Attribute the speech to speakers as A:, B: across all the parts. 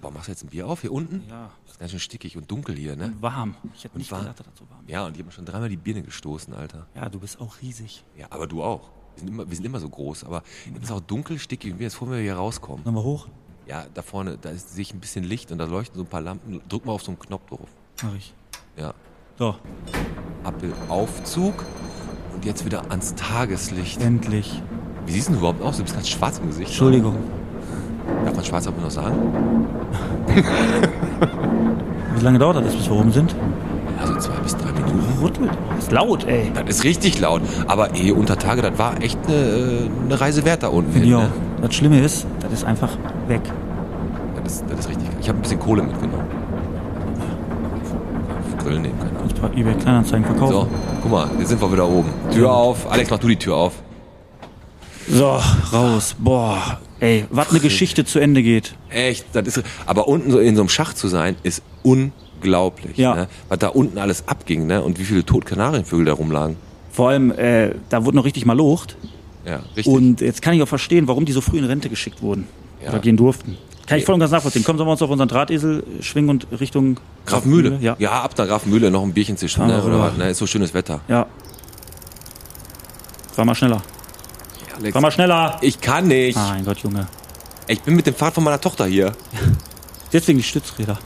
A: Boah, machst du jetzt ein Bier auf hier unten?
B: Ja.
A: Ist ganz schön stickig und dunkel hier, ne?
B: Und warm. Ich hätte
A: Und
B: nicht
A: warm.
B: gedacht, dass das so warm ist.
A: Ja, und die haben schon dreimal die Birne gestoßen, Alter.
B: Ja, du bist auch riesig.
A: Ja, aber du auch. Wir sind immer, wir sind immer so groß, aber es ist auch dunkel, stickig und wir jetzt vor, wenn wir hier rauskommen.
B: Nochmal hoch.
A: Ja, da vorne, da ist, sehe ich ein bisschen Licht und da leuchten so ein paar Lampen. Drück mal auf so einen Knopf drauf.
B: Mach ich.
A: Ja.
B: So,
A: Appelaufzug und jetzt wieder ans Tageslicht.
B: endlich.
A: Wie siehst du denn überhaupt aus? Du bist ganz schwarz im Gesicht.
B: Entschuldigung.
A: Darf man schwarz auch noch sagen?
B: Wie lange dauert das, bis wir oben sind?
A: Also zwei bis drei Minuten.
B: Rüttelt. auch. Ist laut, ey.
A: Das ist richtig laut. Aber eh, unter Tage, das war echt eine, äh, eine Reise wert da unten.
B: Finde
A: hin,
B: ich auch.
A: ne?
B: Das Schlimme ist, das ist einfach weg.
A: Das, ist- das ist richtig. Ich habe ein bisschen Kohle mitgenommen. Grill nehmen, keine Ahnung.
B: Ich bei eBay Kleinanzeigen
A: So,
B: verkaufen.
A: guck mal, jetzt sind wir wieder oben. Tür auf. Alex, mach du die Tür auf.
B: So, raus. Boah. Ey, was eine Geschichte zu Ende geht.
A: Echt, das ist. Aber unten so in so einem Schacht zu sein, ist unglaublich.
B: Ja.
A: Ne? Was da unten alles abging, ne? Und wie viele Totkanarienvögel da rumlagen.
B: Vor allem, äh, da wurde noch richtig mal locht.
A: Ja, richtig.
B: Und jetzt kann ich auch verstehen, warum die so früh in Rente geschickt wurden.
A: Ja.
B: Oder gehen durften. Kann ich voll und ganz nachvollziehen. Kommen sollen wir uns auf unseren Drahtesel schwingen und Richtung
A: Grafmühle.
B: Ja. ja.
A: ab nach Grafmühle, noch ein Bierchen zischen,
B: Fahren
A: ne?
B: wir
A: Oder
B: rüber.
A: was, ne? Ist so schönes Wetter.
B: Ja. Fahr mal schneller.
A: Alex,
B: Fahr mal schneller.
A: ich kann nicht.
B: Ah, mein Gott, Junge.
A: Ich bin mit dem Fahrrad von meiner Tochter hier.
B: Deswegen die Stützräder.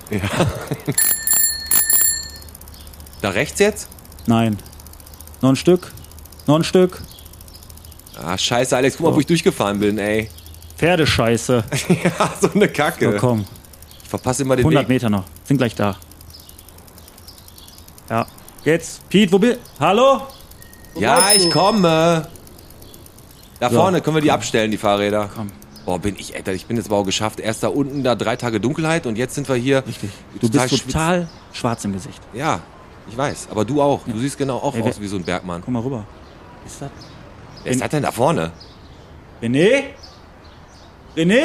A: Da rechts jetzt?
B: Nein. Noch ein Stück. Noch ein Stück.
A: Ah, scheiße, Alex, guck mal, wo ich durchgefahren bin, ey.
B: Pferdescheiße.
A: Ja, so eine
B: So,
A: Kacke.
B: komm.
A: Ich verpasse immer den
B: 100
A: Weg.
B: Meter noch. Sind gleich da. Ja. Jetzt. Pete, wo bist Hallo?
A: Ja, ich komme. Da
B: So,
A: vorne können wir die abstellen, die Fahrräder.
B: Komm.
A: Boah, bin ich, Alter, ich bin jetzt aber auch geschafft. Erst da unten, da drei Tage Dunkelheit und jetzt sind wir hier. Richtig.
B: Du bist total schwarz im Gesicht.
A: Ja, ich weiß. Aber du auch. Du siehst genau auch
B: Ey, wer-
A: aus wie so ein Bergmann.
B: Komm mal rüber. Ist das?
A: Wer ist das denn da vorne?
B: René? René?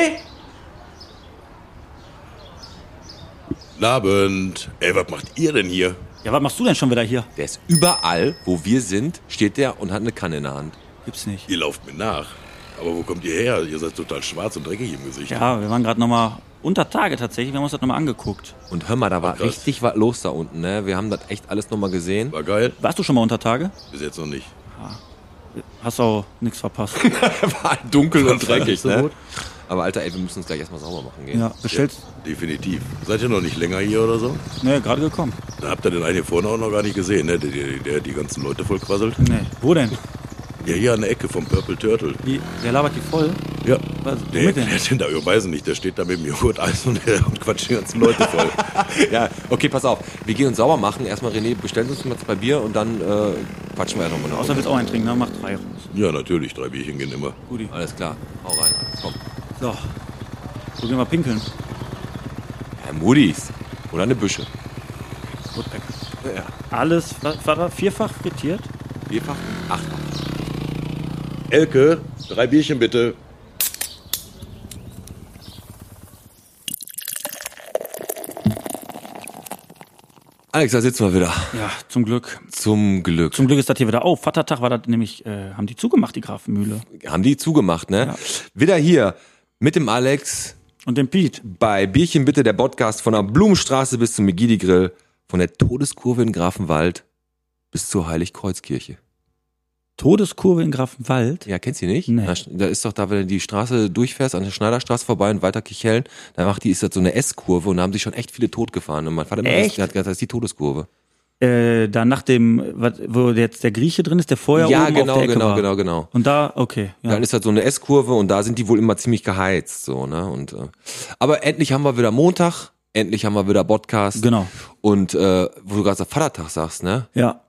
C: Guten Abend. Ey, was macht ihr denn hier?
B: Ja, was machst du denn schon wieder hier?
A: Der ist überall, wo wir sind, steht der und hat eine Kanne in der Hand.
B: Gibt's nicht.
C: Ihr lauft mir nach. Aber wo kommt ihr her? Ihr seid total schwarz und dreckig im Gesicht.
B: Ja, wir waren gerade nochmal unter Tage tatsächlich. Wir haben uns das nochmal angeguckt.
A: Und hör mal,
B: Oh
A: da war
C: krass.
A: richtig was los da unten, ne? Wir haben das echt alles nochmal gesehen.
C: War geil?
B: Warst du schon mal unter Tage?
C: Bis jetzt noch nicht.
B: Hast auch nichts verpasst.
A: War dunkel und
C: war nicht
A: dreckig,
C: so
A: ne?
C: gut.
A: Aber Alter, ey, wir müssen uns gleich erstmal sauber machen gehen.
B: ja, bestellst.
C: Definitiv. Seid ihr noch nicht länger hier oder so?
B: Ne, gerade gekommen.
C: Da habt ihr den einen hier vorne auch noch gar nicht gesehen, ne? Der, der, der die ganzen Leute voll quasselt.
B: Nee. Ne, Wo denn?
C: Ja, hier an der Ecke vom Purple Turtle.
B: Wie, der labert die voll.
C: Ja.
B: Was,
C: Der,
B: womit
C: der,
B: denn?
C: der, der weiß nicht, der steht da mit dem Joghurt-Eis und, der- und quatscht die ganzen Leute voll.
A: Ja, okay, pass auf. Wir gehen uns sauber machen. Erstmal René, bestellen uns mal zwei Bier und dann äh, quatschen wir ja nochmal.
B: Außer willst auch einen trinken, dann mach drei raus.
C: ja, natürlich, drei Bierchen gehen immer.
B: Guti.
A: Alles klar. Hau rein. Komm.
B: So. Probieren wir pinkeln.
A: Ja, Moody's. Oder eine Büsche.
B: Gut weg.
A: Ja.
B: Alles, was war da? Vierfach frittiert?
A: Vierfach, achtfach.
C: Elke, drei Bierchen bitte.
A: Alex, da sitzen wir wieder.
B: Ja, zum Glück.
A: Zum Glück.
B: Zum Glück ist das hier wieder auf. Vatertag war das nämlich, äh, haben die zugemacht, die Grafenmühle.
A: Haben die zugemacht, ne?
B: Ja.
A: Wieder hier mit dem Alex.
B: Und den Piet.
A: bei Bierchen bitte der Podcast von der Blumenstraße bis zum Megidi Grill, von der Todeskurve in Grafenwald bis zur Heiligkreuzkirche.
B: Todeskurve in Grafenwald.
A: Ja, kennst du die nicht?
B: Nee.
A: Da, da ist doch da, wenn du die Straße durchfährst, an der Schneiderstraße vorbei und weiter Kichellen, da macht die, ist das so eine S-Kurve und da haben sich schon echt viele totgefahren. Und mein Vater immer
B: Echt?
A: gesagt, hat gesagt, das ist die Todeskurve.
B: Äh, da nach dem, was- wo jetzt der Grieche drin ist, der vorher
A: ja,
B: oben
A: genau,
B: auf der Ecke
A: genau,
B: war.
A: genau, genau.
B: Und da, okay. Ja.
A: Dann ist das so eine S-Kurve und da sind die wohl immer ziemlich geheizt, so, ne? Und, äh, aber endlich haben wir wieder Montag, endlich haben wir wieder Podcast.
B: Genau.
A: Und äh, wo du gerade Vatertag sagst, ne?
B: Ja.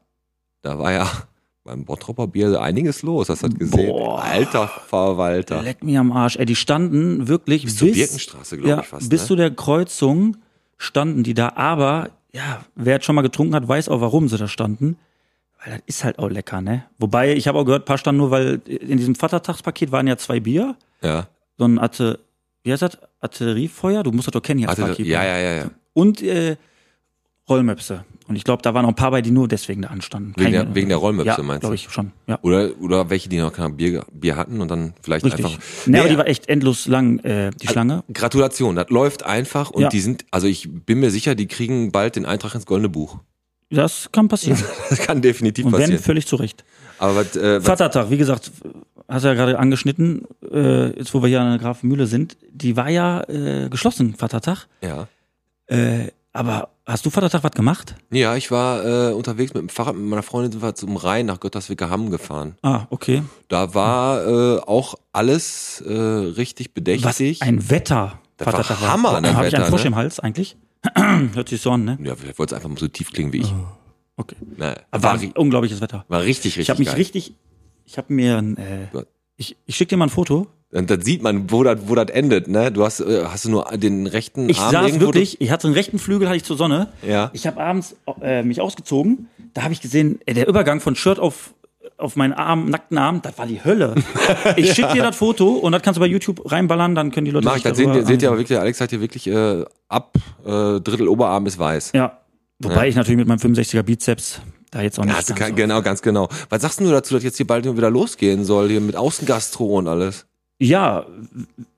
A: Da war ja beim Bottropper Bier einiges los, hast du das gesehen?
B: Boah.
A: Alter Verwalter.
B: Leck mich am Arsch. Ey, die standen wirklich bis,
A: Zur Birkenstraße, glaube
B: ja,
A: ich fast.
B: bis
A: ne?
B: zu der Kreuzung standen die da. Aber, ja, wer jetzt schon mal getrunken hat, weiß auch, warum sie da standen. Weil das ist halt auch lecker, ne? Wobei, ich habe auch gehört, ein paar standen nur, weil in diesem Vatertagspaket waren ja zwei Bier.
A: ja.
B: So ein Arte, wie heißt das? Artilleriefeuer? Du musst das doch kennen hier. als
A: Hatte,
B: Barkeeper.
A: ja, ja, ja, ja.
B: Und äh, Rollmöpse. Und ich glaube, da waren auch ein paar bei, die nur deswegen da anstanden.
A: Wegen
B: Keine-
A: der, wegen der Rollmöpse,
B: ja,
A: meinst du?
B: glaube ich schon. Ja.
A: Oder, oder welche, die noch kein Bier, Bier hatten und dann vielleicht
B: Richtig.
A: einfach.
B: nee, aber
A: Ja,
B: die war echt endlos lang, äh, die Schlange.
A: Gratulation, das läuft einfach und
B: Ja.
A: die sind, also ich bin mir sicher, die kriegen bald den Eintrag ins Goldene Buch.
B: Das kann passieren.
A: Das kann definitiv
B: Und wenn,
A: passieren.
B: völlig zu Recht.
A: Aber was, äh, was,
B: Vatertag, wie gesagt, hast du ja gerade angeschnitten, äh, jetzt wo wir hier an der Grafenmühle sind, die war ja äh, geschlossen, Vatertag.
A: ja.
B: Äh, aber hast du Vatertag was gemacht?
A: Ja, ich war äh, unterwegs mit dem Fahrrad, mit meiner Freundin sind wir zum Rhein nach Götterswicke Hamm gefahren.
B: Ah, okay.
A: Da war äh, auch alles äh, richtig bedächtig.
B: Was ein Wetter.
A: Das war Hammer an dem
B: Habe ich einen
A: Wetter,
B: Frosch
A: ne?
B: im Hals eigentlich? Hört sich so an, ne?
A: ja, vielleicht wollte es einfach mal so tief klingen wie ich.
B: Okay.
A: Na,
B: Oh. Aber
A: war,
B: war
A: ri-
B: unglaubliches Wetter.
A: war richtig, richtig
B: Ich habe mich
A: geil.
B: richtig, ich habe mir ein, äh,
A: Gott.
B: ich, ich schicke dir mal ein Foto.
A: Und dann sieht man, wo das wo das endet. Ne? Du hast, äh, hast du nur den rechten
B: Ich
A: Arm
B: saß
A: irgendwo
B: wirklich, ich hatte den rechten Flügel hatte ich zur Sonne.
A: Ja.
B: Ich habe abends äh, mich ausgezogen, da habe ich gesehen, äh, der Übergang von Shirt auf auf meinen Arm, nackten Arm, das war die Hölle. Ich schicke dir das Foto und das kannst du bei YouTube reinballern, dann können die Leute
A: Mach ich,
B: sich
A: das seht, ihr-
B: darüber
A: seht ihr
B: an-
A: aber wirklich, der Alex hat hier wirklich äh, ab äh, Drittel Oberarm ist weiß.
B: Ja. Wobei ich natürlich mit meinem 65er Bizeps da jetzt auch nicht
A: Hast du
B: ganz
A: kein,
B: so-
A: genau, ganz genau. Was sagst du dazu, dass jetzt hier bald wieder losgehen soll, hier mit Außengastro und alles?
B: Ja,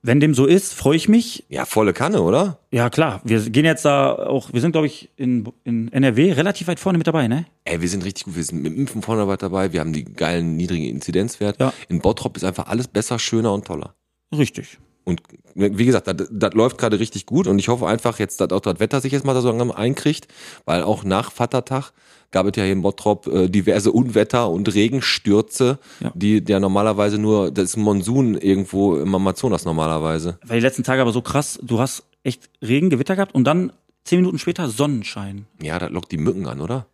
B: wenn dem so ist, freue ich mich.
A: Ja, volle Kanne, oder?
B: Ja, klar. Wir gehen jetzt da auch, wir sind, glaube ich, in, in NRW relativ weit vorne mit dabei, ne?
A: Ey, wir sind richtig gut, wir sind mit dem Impfen vorne weit dabei, wir haben die geilen niedrigen Inzidenzwerte.
B: Ja.
A: In Bottrop ist einfach alles besser, schöner und toller.
B: Richtig.
A: Und ne, wie gesagt, das- das läuft gerade richtig gut und ich hoffe einfach jetzt, dass auch das Wetter sich jetzt mal so langsam einkriegt, weil auch nach Vatertag gab es ja hier in Bottrop äh, diverse Unwetter und Regenstürze,
B: Ja.
A: die ja normalerweise nur, das ist ein Monsun irgendwo im Amazonas normalerweise.
B: Weil die letzten Tage aber so krass, du hast echt Regen, Gewitter gehabt und dann zehn Minuten später Sonnenschein.
A: Ja, das lockt die Mücken an, oder?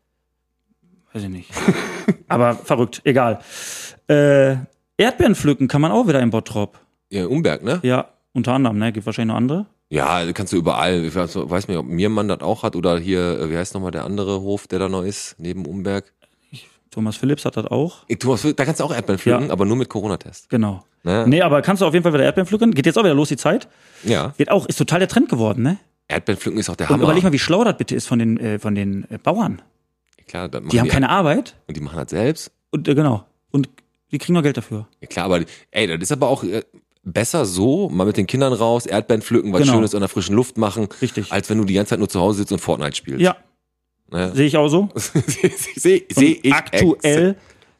B: Weiß ich nicht. aber verrückt, egal. Äh, Erdbeeren pflücken kann man auch wieder in Bottrop.
A: Ja, Umberg, ne?
B: Ja, unter anderem, ne? Gibt wahrscheinlich noch andere.
A: Ja, das kannst du überall. Ich weiß, weiß nicht, ob Miermann das auch hat oder hier, äh, wie heißt nochmal der andere Hof, der da noch ist, neben Umberg.
B: Thomas Phillips hat das auch.
A: Ey, Thomas, da kannst du auch Erdbeeren pflücken, aber nur mit Corona-Test.
B: Genau.
A: Ne?
B: Nee, aber kannst du auf jeden Fall wieder Erdbeeren pflücken? Geht jetzt auch wieder los die Zeit.
A: Ja.
B: Wird auch, ist total der Trend geworden, ne?
A: Erdbeeren pflücken ist auch der
B: Und
A: Hammer.
B: überleg mal, wie schlau das bitte ist von den, äh, von den äh, Bauern.
A: Klar, das machen
B: Die haben keine Arbeit.
A: Und die machen das selbst.
B: Und äh, genau. Und die kriegen noch Geld dafür.
A: Ja, klar, aber ey, das ist aber auch äh, besser so, mal mit den Kindern raus, Erdbeeren pflücken, was
B: Genau.
A: Schönes in der frischen Luft machen,
B: Richtig.
A: als wenn du die ganze Zeit nur zu Hause sitzt und Fortnite spielst.
B: Ja,
A: Ne?
B: sehe ich auch so.
A: Sehe seh, seh
B: Und
A: ich. Ex.
B: aktuell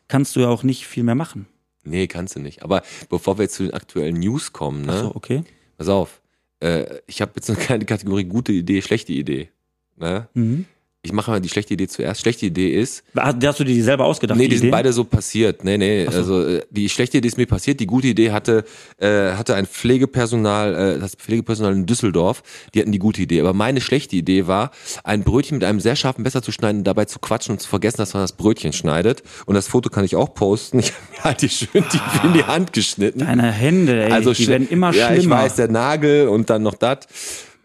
B: kannst du ja auch nicht viel mehr machen.
A: Nee, kannst du nicht. Aber bevor wir jetzt zu den aktuellen News kommen, ne?
B: Ach so, okay.
A: pass auf. Äh, ich habe jetzt eine kleine Kategorie gute Idee, schlechte Idee. Ne?
B: Mhm.
A: Ich mache mal die schlechte Idee zuerst. Schlechte Idee ist,
B: Ah, die Hast du dir die selber ausgedacht?
A: nee, die, sind
B: Ideen?
A: beide so passiert. Nee, nee,
B: Ach so.
A: also äh, die schlechte Idee ist mir passiert, die gute Idee hatte äh, hatte ein Pflegepersonal, äh, das Pflegepersonal in Düsseldorf, die hatten die gute Idee, aber meine schlechte Idee war, ein Brötchen mit einem sehr scharfen Messer zu schneiden, und dabei zu quatschen und zu vergessen, dass man das Brötchen schneidet und das Foto kann ich auch posten. Ich habe mir halt die schön die in die Hand geschnitten.
B: Deine Hände, ey, die
A: Also schli-
B: werden immer
A: ja,
B: schlimmer.
A: ich weiß, der Nagel und dann noch das.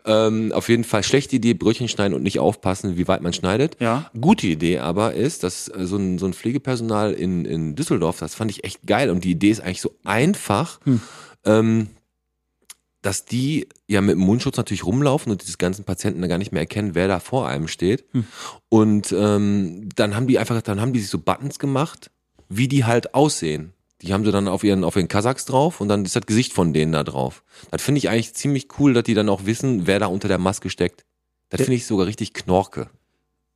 A: Ähm, auf jeden Fall schlechte Idee, Brötchen schneiden und nicht aufpassen, wie weit man schneidet.
B: Ja.
A: Gute Idee aber ist, dass äh, so ein, so ein Pflegepersonal in, in Düsseldorf, das fand ich echt geil und die Idee ist eigentlich so einfach, ähm, dass die ja mit dem Mundschutz natürlich rumlaufen und diese ganzen Patienten da gar nicht mehr erkennen, wer da vor einem steht. Und ähm, dann haben die einfach, dann haben die sich so Buttons gemacht, wie die halt aussehen. Die haben sie dann auf ihren, auf ihren Kasachs drauf und dann ist das Gesicht von denen da drauf. Das finde ich eigentlich ziemlich cool, dass die dann auch wissen, wer da unter der Maske steckt. Das finde ich sogar richtig Knorke.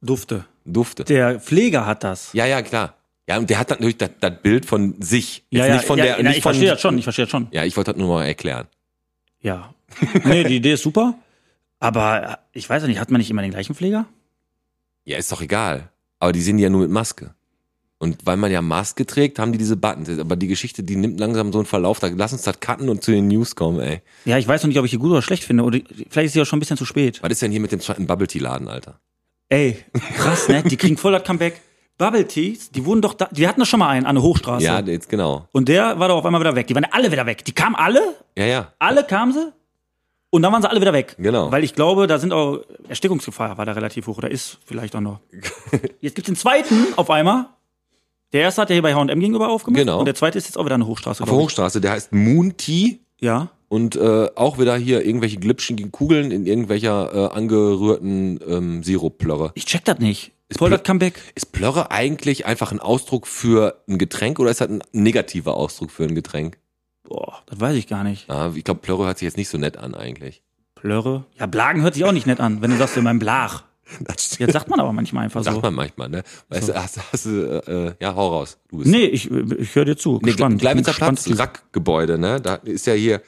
B: Dufte.
A: Dufte.
B: Der Pfleger hat das.
A: Ja, ja, klar. Ja, und der hat natürlich das, das Bild von sich. Jetzt nicht von der,
B: ja,
A: nicht
B: ich
A: von,
B: verstehe das schon, ich verstehe das schon.
A: Ja, ich wollte das nur mal erklären.
B: Ja. nee, die Idee ist super. Aber äh, ich weiß ja nicht, hat man nicht immer den gleichen Pfleger?
A: Ja, ist doch egal. Aber die sind ja nur mit Maske. Und weil man ja Maske trägt, haben die diese Buttons. Aber die Geschichte, die nimmt langsam so einen Verlauf. Da lass uns das cutten und zu den News kommen, ey.
B: Ja, ich weiß noch nicht, ob ich die gut oder schlecht finde. Oder vielleicht ist sie auch schon ein bisschen zu spät.
A: Was ist denn hier mit dem zweiten Bubble Tea Laden, Alter?
B: Ey, krass, ne? Die kriegen voll das Comeback. Bubble Teas, die wurden doch da, die hatten doch schon mal einen an der Hochstraße.
A: Ja, jetzt genau.
B: Und der war doch auf einmal wieder weg. Die waren ja alle wieder weg. Die kamen alle,
A: Ja, ja.
B: alle kamen sie. Und dann waren sie alle wieder weg.
A: Genau.
B: Weil ich glaube, da sind auch, Erstickungsgefahr war da relativ hoch. Oder ist vielleicht auch noch. Jetzt gibt's den zweiten auf einmal. Der erste hat ja hier bei H&M gegenüber aufgemacht.
A: Genau.
B: Und der zweite ist jetzt auch wieder an der Hochstraße,
A: Auf der
B: glaube ich.
A: Hochstraße, der heißt Moon Tea.
B: Ja.
A: Und äh, auch wieder hier irgendwelche glitschigen Kugeln in irgendwelcher äh, angerührten ähm, Sirupplörre.
B: Ich check das nicht. Voll das Comeback.
A: Ist Plörre eigentlich einfach ein Ausdruck für ein Getränk oder ist das ein negativer Ausdruck für ein Getränk?
B: Boah, das weiß ich gar nicht.
A: Ah, ich glaube, Plörre hört sich jetzt nicht so nett an eigentlich.
B: Plörre. Ja, Blagen hört sich auch nicht nett an, wenn du sagst, in meinem Blach.
A: Das
B: Jetzt sagt man aber manchmal einfach
A: sagt
B: so.
A: man manchmal, ne? Weißt du, hast, hast du, äh, ja, hau raus. Du bist.
B: Nee, ich, ich höre dir zu.
A: Nee,
B: Gespannt. Ich bin
A: Gleibitzer
B: gespannt,
A: Platz,
B: wie-
A: Rackgebäude, ne? Da ist ja hier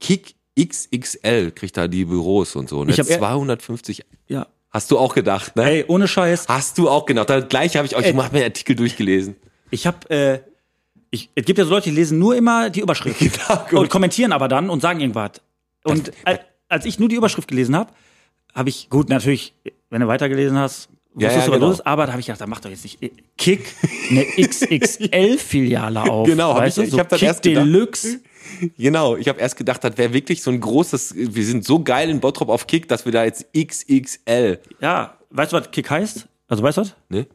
A: Kick XXL kriegt da die Büros und so, ne?
B: Ich hab eher-
A: 250.
B: Ja.
A: Hast du auch gedacht, ne?
B: Ey, ohne Scheiß.
A: Hast du auch gedacht. Da gleich habe ich euch, ich hab mir den Artikel durchgelesen.
B: Ich habe, äh, ich, es gibt ja so Leute, die lesen nur immer die Überschrift
A: Genau, gut.
B: und kommentieren aber dann und sagen irgendwas. Und al- als ich nur die Überschrift gelesen habe, habe ich gut natürlich, wenn du weitergelesen hast,
A: Ja, ja,
B: wusstest du was
A: genau.
B: los, ist, aber da habe ich gedacht, da macht doch jetzt nicht Kick eine XXL Filiale auf.
A: Genau, hab
B: weißt
A: ich-
B: du,
A: ich
B: so
A: hab das
B: Kick
A: erst gedacht.
B: Deluxe.
A: Genau, ich habe erst gedacht, das wäre wirklich so ein großes, wir sind so geil in Bottrop auf Kick, dass wir da jetzt XXL,
B: Ja, weißt du, was Kick heißt? Also weißt du was?
A: ne?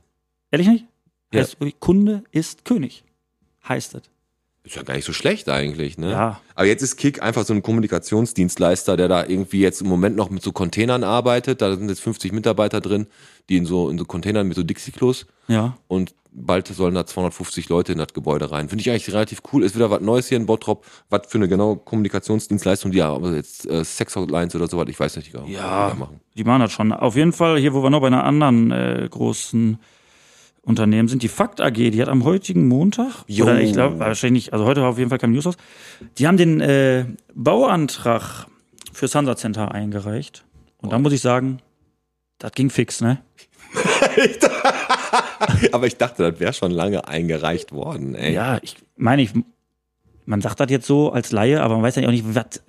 B: Ehrlich nicht?
A: Ja.
B: Heißt, Kunde ist König. Heißt es.
A: Ist ja gar nicht so schlecht eigentlich, ne?
B: Ja.
A: Aber jetzt ist Kick einfach so ein Kommunikationsdienstleister, der da irgendwie jetzt im Moment noch mit so Containern arbeitet. Da sind jetzt 50 Mitarbeiter drin, die in so, in so Containern mit so Dixie-Klos.
B: Ja.
A: Und bald sollen da 250 Leute in das Gebäude rein. Finde ich eigentlich relativ cool. Ist wieder was Neues hier in Bottrop. Was für eine genaue Kommunikationsdienstleistung, die ja aber jetzt äh, Sexhotlines oder sowas, ich weiß nicht genau. was die
B: Ja,
A: da machen.
B: die machen das schon. Auf jeden Fall, hier, wo wir noch bei einer anderen äh, großen Unternehmen sind, die Fakt AG, die hat am heutigen Montag,
A: Jo.
B: oder ich glaube, wahrscheinlich nicht, also heute war auf jeden Fall kein News aus, die haben den äh, Bauantrag fürs Hansa Center eingereicht. Und da
A: Oh.
B: muss ich sagen, das ging fix, ne?
A: Aber ich dachte, das wäre schon lange eingereicht worden, ey.
B: Ja, ich meine, ich, man sagt das jetzt so als Laie, aber man weiß ja auch nicht, was-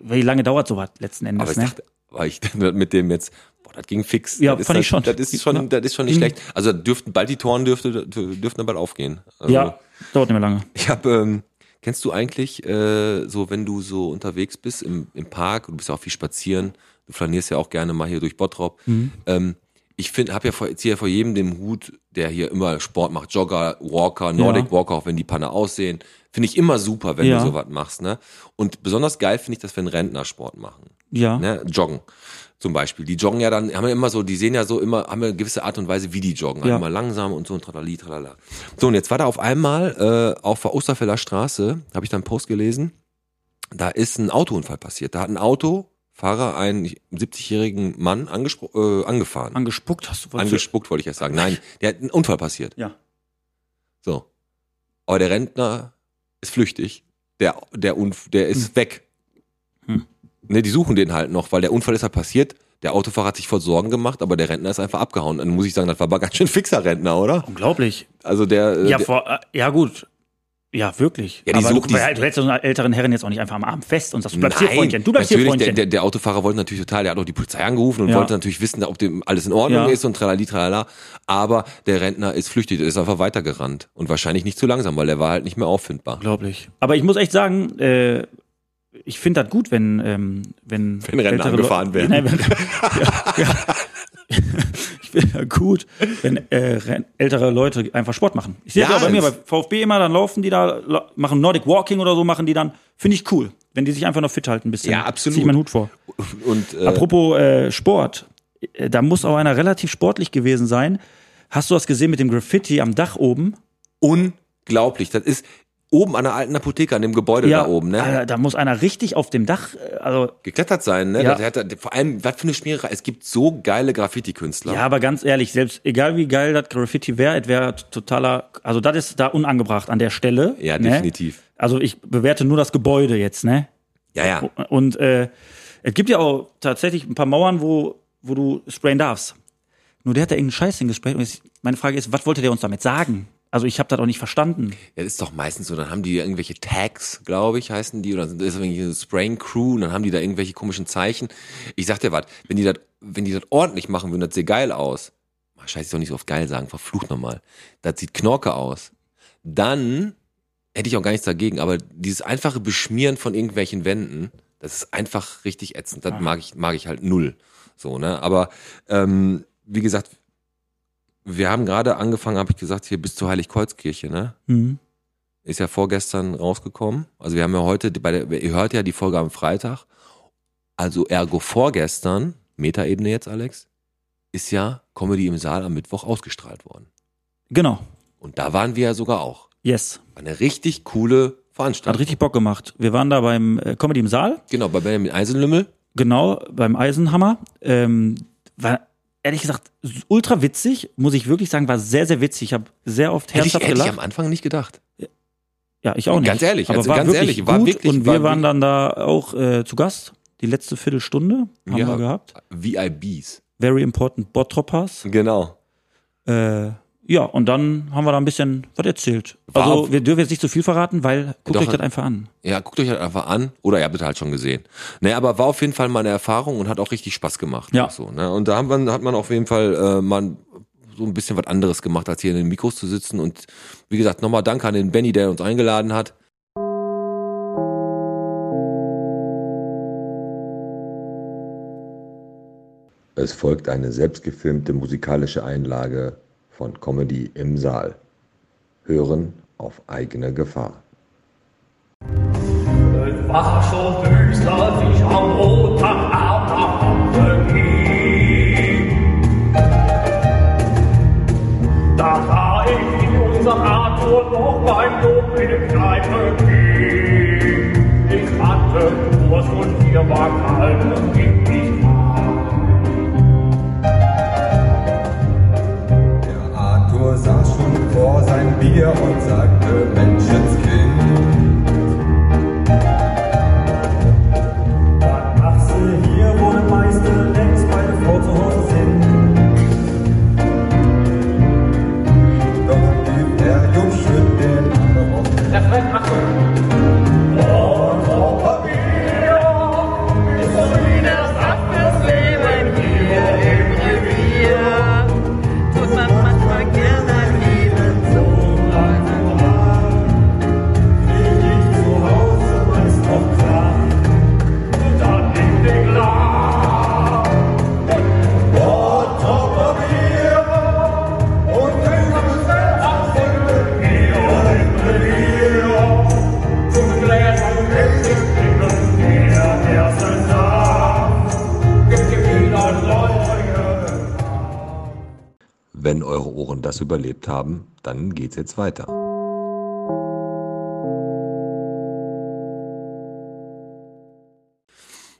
B: wie lange dauert sowas letzten Endes,
A: Aber ich
B: ne?
A: dachte, aber ich dachte mit dem jetzt, boah, das ging fix.
B: Ja,
A: das
B: fand
A: ist,
B: ich schon.
A: Das ist schon, das ist schon nicht
B: Mhm.
A: schlecht. Also dürften bald die Toren dürfte, dürften dann bald aufgehen. Also,
B: ja, dauert nicht mehr lange.
A: Ich habe, ähm, kennst du eigentlich äh, so, wenn du so unterwegs bist im, im Park, du bist ja auch viel spazieren, du flanierst ja auch gerne mal hier durch Bottrop.
B: Mhm.
A: Ähm, ich finde, habe ja vor, ziehe ja vor jedem den Hut, der hier immer Sport macht, Jogger, Walker, Nordic
B: Ja.
A: Walker, auch wenn die Panne aussehen. Finde ich immer super, wenn
B: Ja.
A: du sowas machst. Ne? Und besonders geil finde ich das, wenn Rentner Sport machen
B: Ja.
A: ne, joggen. Zum Beispiel. Die joggen ja dann, haben ja immer so, die sehen ja so immer, haben ja eine gewisse Art und Weise, wie die joggen.
B: Ja.
A: Einmal langsam und so und tralali, tralala. So, und jetzt war da auf einmal äh, auf der Osterfeller Straße, habe ich dann einen Post gelesen, da ist ein Autounfall passiert. Da hat ein Autofahrer einen 70-jährigen Mann angespro- äh, angefahren.
B: Angespuckt hast du was?
A: Angespuckt, wollte ich erst sagen. Nein, der hat einen Unfall passiert.
B: Ja.
A: So. Aber der Rentner ist flüchtig. Der, der, Unf der ist weg.
B: Hm.
A: Ne, die suchen den halt noch, weil der Unfall ist halt passiert. Der Autofahrer hat sich voll Sorgen gemacht, aber der Rentner ist einfach abgehauen. Dann muss ich sagen, das war aber ganz schön fixer Rentner, oder?
B: Unglaublich.
A: Also der, äh,
B: Ja,
A: der
B: vor, äh, ja gut. Ja, wirklich.
A: Ja, die
B: aber du,
A: sucht die-
B: weil du hältst so einer älteren Herrin jetzt auch nicht einfach am Arm fest und sagst, du bleibst hier,
A: Nein,
B: Freundchen. Du bleibst hier,
A: natürlich,
B: Freundchen.
A: Der, der, der Autofahrer wollte natürlich total, der hat auch die Polizei angerufen und
B: Ja.
A: wollte natürlich wissen, ob dem alles in Ordnung
B: Ja.
A: ist und tralali tralala. Aber der Rentner ist flüchtig, der ist einfach weitergerannt. Und wahrscheinlich nicht zu langsam, weil der war halt nicht mehr auffindbar.
B: Unglaublich. Aber ich muss echt sagen, äh, ich finde das gut, wenn, ähm, wenn,
A: Wenn Rentner
B: ältere Leu-
A: angefahren werden.
B: Nein, wenn, ja, ja. Ich finde das gut, wenn äh, ren- ältere Leute einfach Sport machen. Ich sehe das
A: Ja,
B: ja bei mir bei
A: das-
B: VfB immer, dann laufen die da, lo- machen Nordic Walking oder so, machen die dann. Finde ich cool, wenn die sich einfach noch fit halten ein bisschen.
A: Ja, absolut.
B: Zieh ich meinen Hut vor.
A: Und äh,
B: Apropos äh, Sport, äh, da muss auch einer relativ sportlich gewesen sein. Hast du das gesehen mit dem Graffiti am Dach oben?
A: unglaublich. Das ist oben an der alten Apotheke, an dem Gebäude da oben, ne?
B: Alter, Äh, da muss einer richtig auf dem Dach, äh, also
A: Geklettert sein, ne?
B: Ja.
A: Das hat, vor allem, was für eine Schmiererei. Es gibt so geile Graffiti-Künstler.
B: ja, aber ganz ehrlich, selbst egal wie geil das Graffiti wäre, es wäre totaler, also das ist da unangebracht an der Stelle.
A: Ja,
B: ne?
A: definitiv.
B: Also ich bewerte nur das Gebäude jetzt, ne?
A: Ja, ja.
B: Und äh, es gibt ja auch tatsächlich ein paar Mauern, wo, wo du sprayen darfst. Nur der hat da irgendeinen Scheiß hingesprayt. Und jetzt, meine Frage ist, was wollte der uns damit sagen? Also ich habe das auch nicht verstanden.
A: Ja, das ist doch meistens so, dann haben die irgendwelche Tags, glaube ich, heißen die, oder sind das ist irgendwie eine Spraying Crew und dann haben die da irgendwelche komischen Zeichen. Ich sag dir was, wenn die das, wenn die das ordentlich machen würden, das sieht geil aus. Ach, Scheiße, ich soll nicht so oft geil sagen, verflucht nochmal. Das sieht knorke aus. Dann hätte ich auch gar nichts dagegen, aber dieses einfache Beschmieren von irgendwelchen Wänden, das ist einfach richtig ätzend. Das mag ich, mag ich halt null. So, ne? Aber ähm, wie gesagt,
B: Mhm.
A: wir haben gerade angefangen, habe ich gesagt, hier bis zur Heiligkreuzkirche, ne? Ist ja vorgestern rausgekommen. Also wir haben ja heute, bei der, ihr hört ja die Folge am Freitag. Also ergo vorgestern, Metaebene jetzt, Alex, ist ja Comedy im Saal am Mittwoch ausgestrahlt worden.
B: Genau.
A: Und da waren wir ja sogar auch.
B: Yes.
A: War Eine richtig coole
B: Hat
A: Veranstaltung.
B: richtig Bock gemacht. Wir waren da beim äh, Comedy im Saal.
A: Genau, bei Benjamin Eisenlümmel.
B: Genau, beim Eisenhammer. Ähm, war ehrlich gesagt ultra witzig, muss ich wirklich sagen, war sehr, sehr witzig. Ich habe sehr oft
A: Hätte ich,
B: herzhaft
A: hätte ich
B: gelacht.
A: am Anfang nicht gedacht.
B: ja, ich auch nicht.
A: Ganz ehrlich,
B: aber
A: also
B: war
A: ganz
B: wirklich
A: ehrlich,
B: gut
A: war wirklich-
B: Und
A: war
B: wir waren
A: wirklich-
B: dann da auch äh, zu Gast. Die letzte Viertelstunde haben
A: Ja.
B: wir gehabt.
A: VIBs.
B: Very important Bottroppers.
A: Genau.
B: Äh, ja, und dann haben wir da ein bisschen was erzählt.
A: War
B: also
A: auf-
B: wir dürfen jetzt nicht zu viel verraten, weil guckt
A: Doch.
B: euch das einfach an.
A: Ja, guckt euch halt einfach an. Oder ihr habt es halt schon gesehen. Ne, aber war auf jeden Fall mal eine Erfahrung und hat auch richtig Spaß gemacht.
B: Ja.
A: So, ne? Und da hat man, hat man auf jeden Fall äh, mal so ein bisschen was anderes gemacht, als hier in den Mikros zu sitzen. Und wie gesagt, nochmal Danke an den Benny, der uns eingeladen hat.
D: Es folgt eine selbstgefilmte musikalische Einlage von Comedy im Saal. Hören auf eigene Gefahr.
E: war so düster, wie ich am roten Abend ging. Da sah ich, wie unser Arthur noch beim Lob in die Kneipe ging. Ich hatte Kurs und hier war kalt und ging nicht an.
F: Der Arthur saß schon vor sein Bier und sagte, Menschenskind. Was machst du hier, wo der Meister längst bei der Frau zu Hause sind? Doch blieb der Jungschnitt den anderen auf den Weg zu Hause, meist noch klar.
E: Dann in den Glas.
F: Und dann kam es auf den Weg.
D: Wenn eure Ohren das überlebt haben, dann geht's jetzt weiter.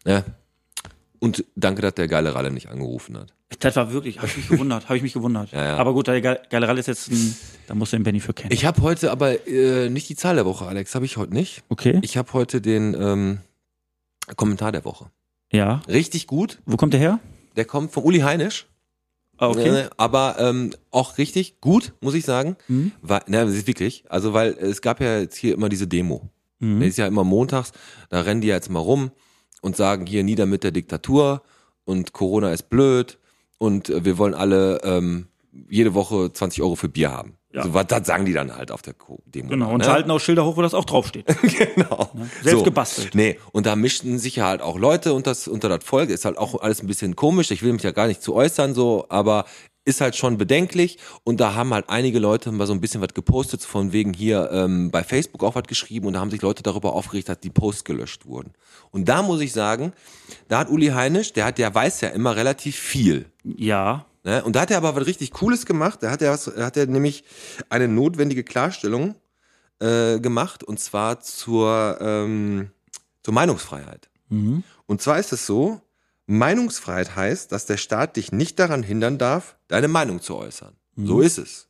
A: Ja. Und danke, dass der geile Ralle nicht angerufen hat.
B: Das war wirklich, habe ich mich gewundert, habe ich mich gewundert.
A: Ja, ja.
B: Aber gut, der Ge- geile Ralle ist jetzt ein, da musst du den Benny für kennen.
A: Ich habe heute aber äh, nicht die Zahl der Woche, Alex. Habe ich heute nicht.
B: okay.
A: Ich habe heute den ähm, Kommentar der Woche.
B: ja.
A: Richtig gut.
B: Wo kommt der her?
A: Der kommt von Uli Heinisch.
B: Ah, okay.
A: Äh, aber ähm, auch richtig gut, muss ich sagen.
B: Mhm.
A: Weil, na, das ist wirklich. Also, weil es gab ja jetzt hier immer diese Demo.
B: Mhm.
A: Das ist ja immer montags, da rennen die ja jetzt mal rum und sagen hier nieder mit der Diktatur und Corona ist blöd und äh, wir wollen alle ähm, jede Woche 20 Euro für Bier haben.
B: Ja.
A: So, was, das sagen die dann halt auf der Co- Demo.
B: Genau. Und
A: ne?
B: sie halten auch Schilder hoch, wo das auch draufsteht.
A: genau.
B: Ne? Selbst gebastelt.
A: Nee, und da mischten sich ja halt auch Leute und das unter das Volk ist halt auch alles ein bisschen komisch. Ich will mich ja gar nicht zu äußern so, aber ist halt schon bedenklich und da haben halt einige Leute mal so ein bisschen was gepostet, so von wegen hier ähm, bei Facebook auch was geschrieben und da haben sich Leute darüber aufgeregt, dass die Posts gelöscht wurden. Und da muss ich sagen, da hat Uli Heinisch, der hat, der weiß ja immer relativ viel.
B: Ja.
A: Ne? Und da hat er aber was richtig Cooles gemacht. Da hat er, was, da hat er nämlich eine notwendige Klarstellung äh, gemacht und zwar zur, ähm, zur Meinungsfreiheit.
B: Mhm.
A: Und zwar ist es so, Meinungsfreiheit heißt, dass der Staat dich nicht daran hindern darf, deine Meinung zu äußern. So ist es.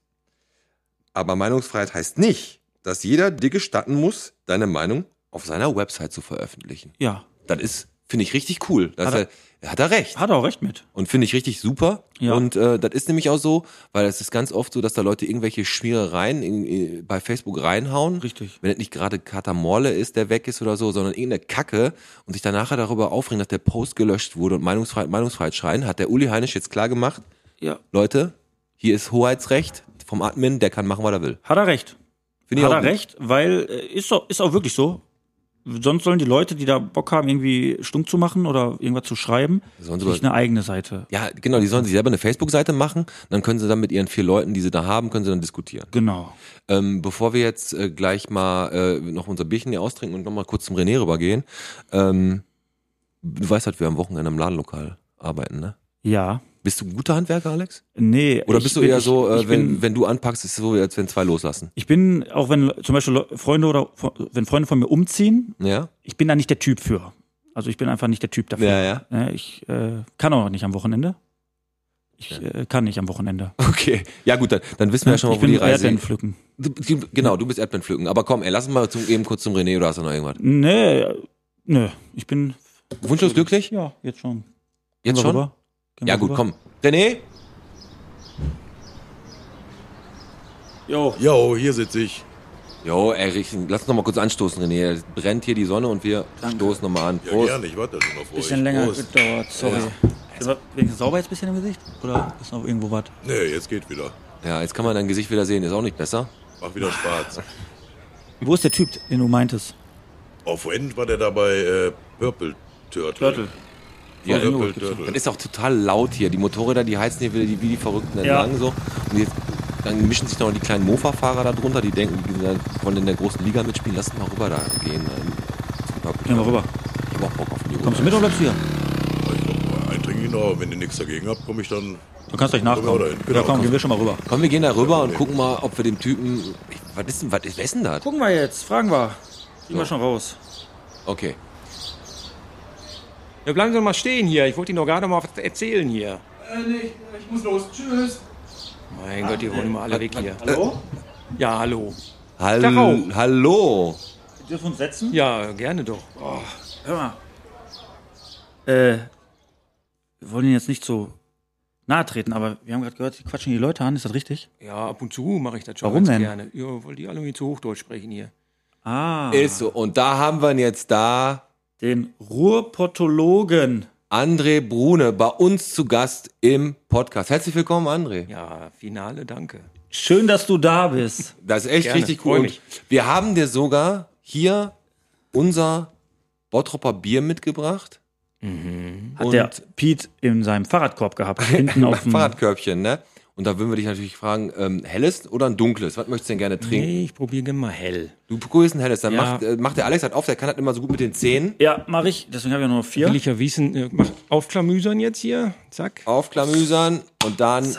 A: Aber Meinungsfreiheit heißt nicht, dass jeder dir gestatten muss, deine Meinung auf seiner Website zu veröffentlichen.
B: Ja.
A: Das ist, finde ich, richtig cool. Das
B: Hat
A: hat, er, hat er recht.
B: Hat er auch recht mit.
A: Und finde ich richtig super.
B: Ja.
A: Und äh, das ist nämlich auch so, weil es ist ganz oft so, dass da Leute irgendwelche Schmierereien in, in, bei Facebook reinhauen.
B: Richtig.
A: Wenn das nicht gerade Kater Morle ist, der weg ist oder so, sondern irgendeine Kacke und sich danach darüber aufregen, dass der Post gelöscht wurde und Meinungsfreiheit, Meinungsfreiheit schreien, hat der Uli Heinisch jetzt klar gemacht,
B: Ja.
A: Leute, hier ist Hoheitsrecht vom Admin, der kann machen, was er will.
B: Hat er recht.
A: Finde ich
B: Hat
A: auch
B: er
A: gut.
B: recht, weil äh, ist, auch, ist auch wirklich so. sonst sollen die Leute, die da Bock haben, irgendwie stunk zu machen oder irgendwas zu schreiben,
A: Sollen sie
B: sich
A: aber-
B: eine eigene Seite.
A: Ja, genau, die sollen sich selber eine Facebook-Seite machen, dann können sie dann mit ihren vier Leuten, die sie da haben, können sie dann diskutieren.
B: Genau.
A: Ähm, bevor wir jetzt äh, gleich mal äh, noch unser Bierchen hier austrinken und nochmal kurz zum René rübergehen, ähm, du weißt halt, wir am Wochenende im Ladenlokal arbeiten, ne?
B: Ja.
A: Bist du ein guter Handwerker, Alex?
B: Nee.
A: Oder
B: ich
A: bist du
B: bin-
A: eher
B: ich-
A: so, äh,
B: ich
A: wenn,
B: bin-
A: wenn du anpackst, ist es so, als wenn zwei loslassen?
B: Ich bin, auch wenn Le- zum Beispiel Le- Freunde oder Fre- wenn Freunde von mir umziehen,
A: Ja?
B: ich bin da nicht der Typ für. Also ich bin einfach nicht der Typ dafür.
A: ja.
B: Ne, Ich äh, kann auch nicht am Wochenende. Ich äh, kann nicht am Wochenende.
A: Okay. Ja, gut, dann, dann wissen wir ja schon
B: ich
A: mal, wo
B: bin
A: die Reise
B: Erdbeeren
A: ist.
B: pflücken.
A: Genau, du bist Erdbeeren pflücken. Aber komm, ey, lass uns mal zum, eben kurz zum René oder hast du noch irgendwas?
B: Nee, nee, ich bin
A: Wunschlos glücklich?
B: ja jetzt schon. Gehen
A: Jetzt
B: wir
A: schon?
B: rüber? Gehen
A: Ja,
B: wir
A: gut,
B: rüber?
A: komm. René?
B: Jo.
C: Jo, hier sitze ich.
A: Jo, ey, richten. lass uns noch mal kurz anstoßen, René. Es brennt hier die Sonne und wir stoßen noch mal an.
C: Ja,
A: Prost.
C: gerne, ich warte schon auf euch.
B: Bisschen länger
C: Prost.
B: gedauert, sorry. Ja. Wenigstens sauber jetzt ein bisschen im Gesicht? Oder ist noch irgendwo was?
C: Nee, jetzt geht wieder.
A: Ja, jetzt kann man dein Gesicht wieder sehen. Ist auch nicht besser.
C: Mach wieder Spaß.
B: Wo ist der Typ, den du meintest?
C: Oh, vorhin war der dabei äh, Purple Turtle.
A: Ja,
C: Purple
A: Das
C: Turtle.
A: ist auch total laut hier. Die Motorräder, die heizen hier wieder die, wie die Verrückten
B: Ja.
A: entlang so. Und jetzt, dann mischen sich noch die kleinen Mofa-Fahrer da drunter, die denken, die sind da- wollen in der großen Liga mitspielen. Lass uns mal rüber da gehen.
B: Gehen wir rüber.
A: Ich hab auch Bock auf die Runde.
B: Kommst du mit oder bleibst du hier?
C: Ja, Ich glaub, mal eintrinken, genau. Wenn ihr nichts dagegen habt, komme ich dann.
B: Du kannst gleich nachkommen.
C: Ja,
B: Ja,
C: dahin. Genau,
B: komm,
C: komm.
B: gehen wir schon mal rüber.
A: Komm, wir gehen da rüber und gucken mal, ob wir dem Typen. Was ist denn, was ist, wer ist denn das?
B: Gucken wir jetzt, fragen wir. Gehen wir schon raus.
A: Okay.
G: Ja, bleiben Sie mal stehen hier. Ich wollte Ihnen doch gerade mal was erzählen hier. Äh, ich, muss los. Tschüss. Mein Gott, die wollen mal alle weg hier. Hallo? Ja, hallo.
A: Hall
G: Tacho.
A: Hallo.
B: Dürfen wir uns setzen?
G: Ja, gerne doch. Oh,
B: Hör mal. Äh, wir wollen Ihnen jetzt nicht so nahe treten, aber wir haben gerade gehört, Sie quatschen die Leute an, ist das richtig?
G: ja, ab und zu mache ich das schon
B: Warum
G: ganz
B: denn?
G: gerne. Ja, weil die alle irgendwie zu Hochdeutsch sprechen hier.
B: Ah.
A: Ist so. Und da haben wir ihn jetzt da.
B: Den Ruhrpottologen.
A: André Brune bei uns zu Gast im Podcast. Herzlich willkommen, André.
G: Ja, Finale, danke.
B: Schön, dass du da bist.
A: Das ist echt
G: Gerne,
A: richtig
G: freu
A: cool. Und
G: mich.
A: wir haben dir sogar hier unser Bottropper Bier mitgebracht.
G: Mhm.
B: Hat
A: Und-
B: der Pete in seinem Fahrradkorb gehabt. Hinten auf dem
A: Fahrradkörbchen, ne? Und da würden wir dich natürlich fragen, ähm, helles oder ein dunkles? Was möchtest du denn gerne trinken?
G: Nee, ich probiere mal hell.
A: Du probierst ein helles, dann
G: Ja.
A: macht, äh, macht der Alex halt auf, der kann halt immer so gut mit den Zähnen
B: Ja, mach ich. Deswegen habe ich ja nur noch vier.
G: Will ich ja wissen, äh, mach aufklamüsern jetzt hier. Zack.
A: aufklamüsern und dann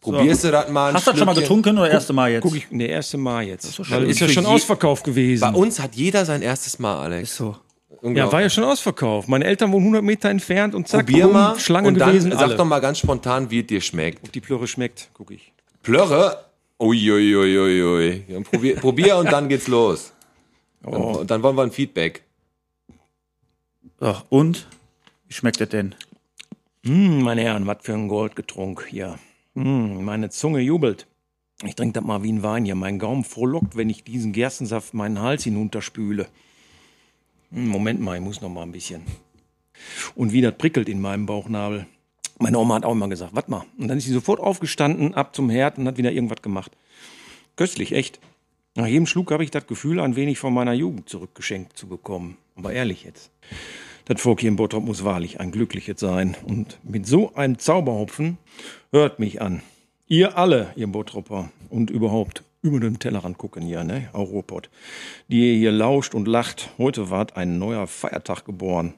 A: probierst du das mal ein
B: Hast du das schon mal
A: Schlückchen.
B: getrunken oder erste Mal jetzt?
G: Guck ich, ne, erste Mal jetzt. Ist,
B: schön.
G: Weil
B: Ist
G: ist ja
A: für
G: schon
A: je-
G: ausverkauft
A: Bei
G: gewesen.
A: uns hat jeder sein erstes Mal, Alex.
B: So.
G: Ja, war ja schon ausverkauft. Meine Eltern wohnen 100 Meter entfernt und zack,
A: Probier
G: bumm,
A: mal
G: Schlangen
A: und dann
G: gewesen,
A: sag
G: alle.
A: doch mal ganz spontan, wie es dir schmeckt.
G: Ob die Plöre schmeckt, gucke ich.
A: Plörre? Uiuiuiui. Ja, probier, probier und dann geht's los. Dann,
G: Oh,
B: Oh.
A: und dann wollen wir ein Feedback.
B: So, und? Wie schmeckt das denn?
G: Hm, meine Herren, was für ein Goldgetrunk hier. Hm, meine Zunge jubelt. Ich trinke das mal wie ein Wein hier. Mein Gaumen frohlockt, wenn ich diesen Gerstensaft meinen Hals hinunterspüle. Hm, Moment mal, ich muss noch mal ein bisschen. Und wie das prickelt in meinem Bauchnabel. Meine Oma hat auch immer gesagt, warte mal. Und dann ist sie sofort aufgestanden, ab zum Herd und hat wieder irgendwas gemacht. Köstlich, echt. Nach jedem Schluck habe ich das Gefühl, ein wenig von meiner Jugend zurückgeschenkt zu bekommen. Aber ehrlich jetzt. Das Volk hier in Bottrop muss wahrlich ein Glückliches sein. Und mit so einem Zauberhopfen hört mich an. Ihr alle, ihr Bottropper und überhaupt über den Tellerrand gucken hier, ne? Europod. Die ihr hier lauscht und lacht. Heute ward ein neuer Feiertag geboren.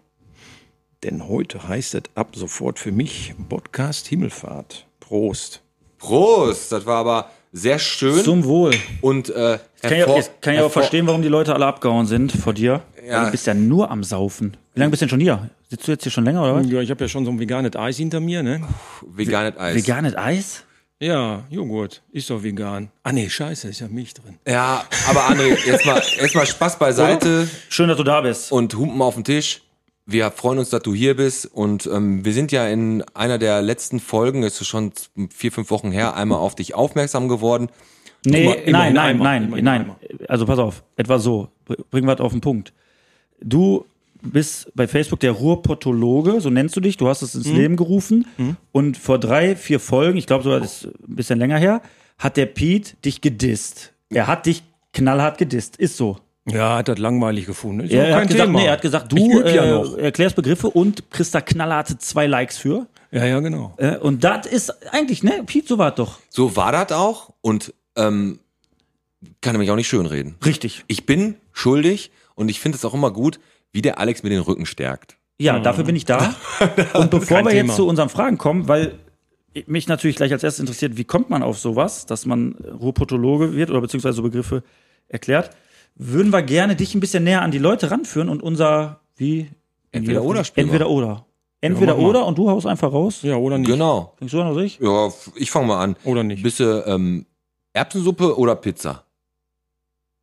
G: Denn heute heißt es ab sofort für mich Podcast Himmelfahrt. Prost.
A: Prost! Das war aber sehr schön
B: Zum Wohl.
A: und äh,
B: Kann ich,
A: hervor-
B: jetzt kann ich auch
A: hervor-
B: verstehen, warum die Leute alle abgehauen sind vor dir. Ja. Du bist ja nur am Saufen. Wie lange bist du denn schon hier? Sitzt du jetzt hier schon länger oder was?
G: Ja, ich habe ja schon so ein veganes Eis hinter mir, ne?
A: Veganet Eis.
B: Veganes Eis?
G: Ja, Joghurt. Ist doch vegan. Ah, nee, scheiße, ist ja Milch drin.
A: Ja, aber André, jetzt mal, jetzt mal Spaß beiseite
B: Schön, dass du da bist.
A: und Humpen auf den Tisch. Wir freuen uns, dass du hier bist und ähm, wir sind ja in einer der letzten Folgen, ist schon vier, fünf Wochen her, einmal auf dich aufmerksam geworden.
B: Nee,
A: Immer- immerhin
B: nein, nein,
G: einmal,
B: nein,
G: immerhin
B: nein. Also pass auf, etwa so. Br- Bringen wir es auf den Punkt. Du bist bei Facebook der Ruhrpottologe, so nennst du dich. Du hast es ins
A: Mhm.
B: Leben gerufen. Und vor drei, vier Folgen, ich glaube sogar das ist ein bisschen länger her, hat der Pete dich gedisst. Er hat dich knallhart gedisst. Ist so.
G: Ja, hat das langweilig gefunden. Ist
B: Ja,
G: auch
B: er,
G: kein
B: hat gesagt,
G: Thema.
B: nee, er hat gesagt,
G: Ich
B: du
G: üb ja
B: äh,
G: noch.
B: erklärst Begriffe und kriegst da knallharte zwei Likes für.
G: Ja, ja, genau.
B: Äh, und das ist eigentlich, ne, Piet, so war doch.
A: So war das auch und ähm, kann er mich auch nicht schönreden.
B: Richtig.
A: Ich bin schuldig und ich finde es auch immer gut, wie der Alex mir den Rücken stärkt.
B: Ja, dafür bin ich da. Und bevor
G: Kein
B: wir jetzt
G: Thema.
B: zu unseren Fragen kommen, weil mich natürlich gleich als erstes interessiert, wie kommt man auf sowas, dass man Ruhrpotologe wird oder beziehungsweise so Begriffe erklärt, würden wir gerne dich ein bisschen näher an die Leute ranführen und unser, wie?
A: Entweder oder spielen wir.
B: Entweder oder. Entweder
G: mach mal.
B: oder und du haust einfach raus.
G: Ja, oder nicht?
A: Genau.
B: Denkst du an oder ich?
A: Ja, f- ich fange mal an.
G: Oder nicht?
A: Bist du ähm, Erbsensuppe oder Pizza?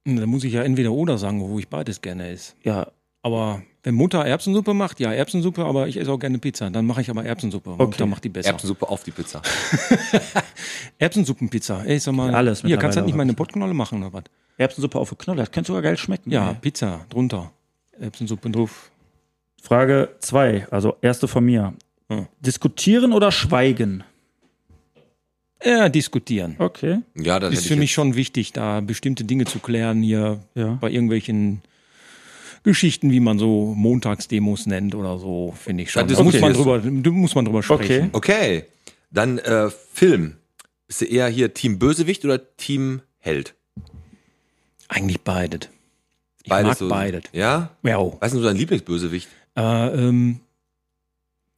G: Da hm, muss ich ja entweder oder sagen, wo ich beides gerne esse.
B: Ja.
G: Aber wenn Mutter Erbsensuppe macht, ja, Erbsensuppe, aber ich esse auch gerne Pizza. Dann mache ich aber Erbsensuppe. Okay. Mutter macht die besser.
A: Erbsensuppe auf die Pizza.
G: Erbsensuppenpizza. Ey, sag mal,
B: Alles
G: hier, kannst du
B: mittlerweile
G: halt nicht
B: auch
G: mal eine Pottknolle machen oder was?
B: Erbsensuppe auf eine Knolle, das könnte sogar geil schmecken.
G: Ja, Pizza drunter. Erbsensuppe drauf.
B: Frage 2, also erste von mir.
G: Hm.
B: Diskutieren oder schweigen?
G: Ja, Äh, diskutieren.
B: Okay.
A: Ja, das hätte
G: Ist
A: ich
G: für mich
A: jetzt-
G: schon wichtig, da bestimmte Dinge zu klären hier
B: Ja.
G: bei irgendwelchen Geschichten, wie man so Montagsdemos nennt oder so, finde ich schon.
A: Das
G: Da muss,
A: diskutierst
G: man drüber, da muss man drüber sprechen.
A: Okay, dann äh, Film. Bist du eher hier Team Bösewicht oder Team Held?
G: Eigentlich beides. Ich mag
A: so-
G: beides.
A: Ja?
G: Ja.
A: Was ist denn so dein Lieblingsbösewicht?
G: Äh, ähm,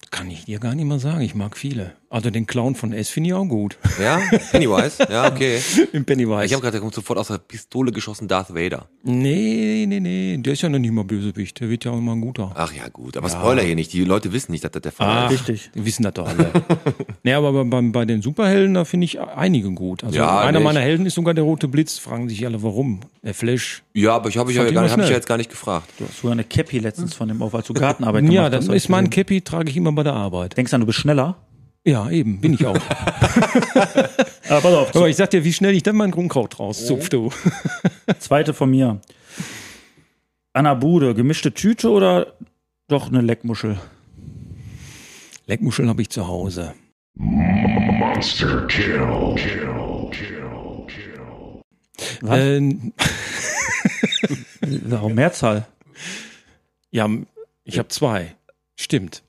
G: kann ich dir gar nicht mal sagen. Ich mag viele. Also den Clown von S finde ich auch gut.
A: Ja? Pennywise? ja, okay.
G: Im Pennywise.
A: Ich habe gerade, der kommt sofort aus der Pistole geschossen, Darth Vader.
G: nee, nee, nee. Der ist ja noch nicht mal Bösewicht. Der wird ja auch immer ein guter.
A: Ach ja, gut. Aber Spoiler hier nicht. Die Leute wissen nicht, dass das der
G: Ah.
A: Fall ist.
B: richtig.
G: Die wissen das doch alle. nee, aber bei, bei, bei den Superhelden, da finde ich einige gut. Also
A: Ja,
G: einer
A: nicht.
G: meiner Helden ist sogar der Rote Blitz. Fragen sich alle, warum. Der Flash.
A: Ja, aber ich habe ich, ja
G: Fand ich
A: gar-
G: immer
A: hab ich ja
G: schnell.
A: jetzt gar nicht gefragt.
B: Du hast sogar eine Cappy letztens von dem auf, als du Gartenarbeit gemacht
G: Ja,
B: hast.
G: das
B: hab ich
G: ist mein
B: gesehen.
G: Cappy, trage ich immer bei der Arbeit.
B: Denkst du an, du bist schneller?
G: Ja, eben, bin ich auch.
B: Ah, pass auf,
G: aber ich sag dir, wie schnell ich dann mein Grundkraut rauszupf, du.
B: zweite von mir. Anna Bude, gemischte Tüte oder doch eine Leckmuschel?
G: Leckmuscheln habe ich zu Hause.
H: Monster kill. Kill. Kill. Kill.
B: Was?
G: Ähm,
B: Warum Mehrzahl?
G: ja, ich habe zwei. Stimmt.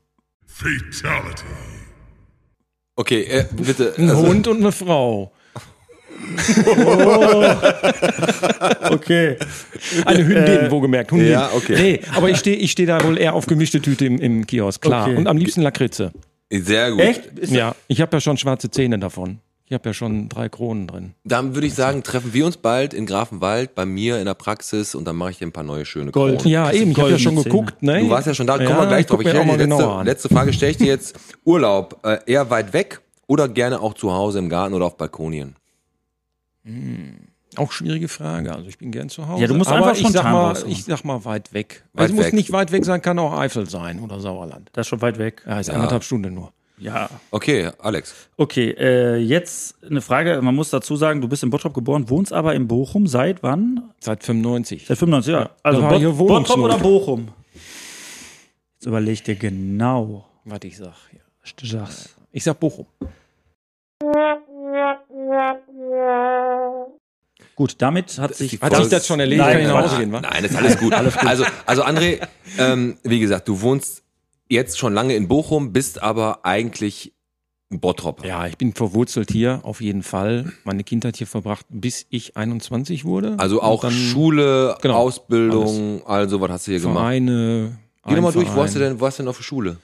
H: Fatality.
A: Okay, äh, bitte.
G: Ein
A: Also,
G: Hund und eine Frau.
B: Okay. Äh,
G: Eine Hündin, wo wohlgemerkt. Hündin.
A: ja, okay.
G: Nee, aber ich stehe ich steh da wohl eher auf gemischte Tüte im, im Kiosk, klar.
B: Okay.
G: Und am liebsten Lakritze.
A: sehr gut.
B: Echt? Ist
G: Ja, ich habe ja schon schwarze Zähne davon. Ich habe ja schon drei Kronen drin.
A: Dann würde ich sagen, treffen wir uns bald in Grafenwald bei mir in der Praxis und dann mache ich dir ein paar neue schöne Kronen.
G: Ja, eben, ich habe ja schon
B: goldene Zähne.
G: geguckt. Ne?
A: Du warst ja schon da, kommen
G: Ja,
A: wir gleich
G: ich
A: drauf.
G: guck
A: Ich
G: mir auch
A: hätte
G: mal
A: die
G: genauer
A: letzte,
G: an.
A: letzte Frage stelle ich dir jetzt. Urlaub, äh, eher weit weg oder gerne auch zu Hause im Garten oder auf Balkonien?
G: Auch schwierige Frage. Also ich bin gern zu Hause.
B: Ja, du musst
G: aber
B: einfach
G: ich sag
B: spontan
G: mal,
B: raussuchen.
G: ich sag mal weit weg.
A: Weit
G: also es
A: weg.
G: muss nicht weit weg sein, kann auch Eifel sein oder Sauerland.
B: Das ist schon weit weg.
G: Ja, ist anderthalb Stunden nur.
B: Ja.
A: Okay, Alex.
B: Okay, äh, jetzt eine Frage. Man muss dazu sagen, du bist in Bottrop geboren, wohnst aber in Bochum seit wann?
G: Seit 95.
B: Seit 95, ja.
G: Da war hier
B: Bottrop
G: Wohnungsnot.
B: oder Bochum? Jetzt überleg dir genau,
G: Was ich sag. Ja. Äh,
B: was du sagst.
G: Ich sag Bochum.
B: Gut, damit hat sich
A: die Folge-
G: Hat sich das schon erledigt?
B: Nein,
G: kann ich nach
B: Quatsch.
G: Hause gehen, wa?
A: Nein, ist alles gut. Also, also André, ähm, wie gesagt, du wohnst jetzt schon lange in Bochum, bist aber eigentlich ein Bottrop.
G: Ja, ich bin verwurzelt hier, auf jeden Fall. Meine Kindheit hier verbracht, bis ich 21 wurde.
A: Also auch
G: Und dann
A: Schule,
G: Genau,
A: Ausbildung, also was hast du hier gemacht?
G: Vereine.
A: Geh doch mal durch, wo
G: Verein.
A: hast du denn, wo hast du denn auf der Schule?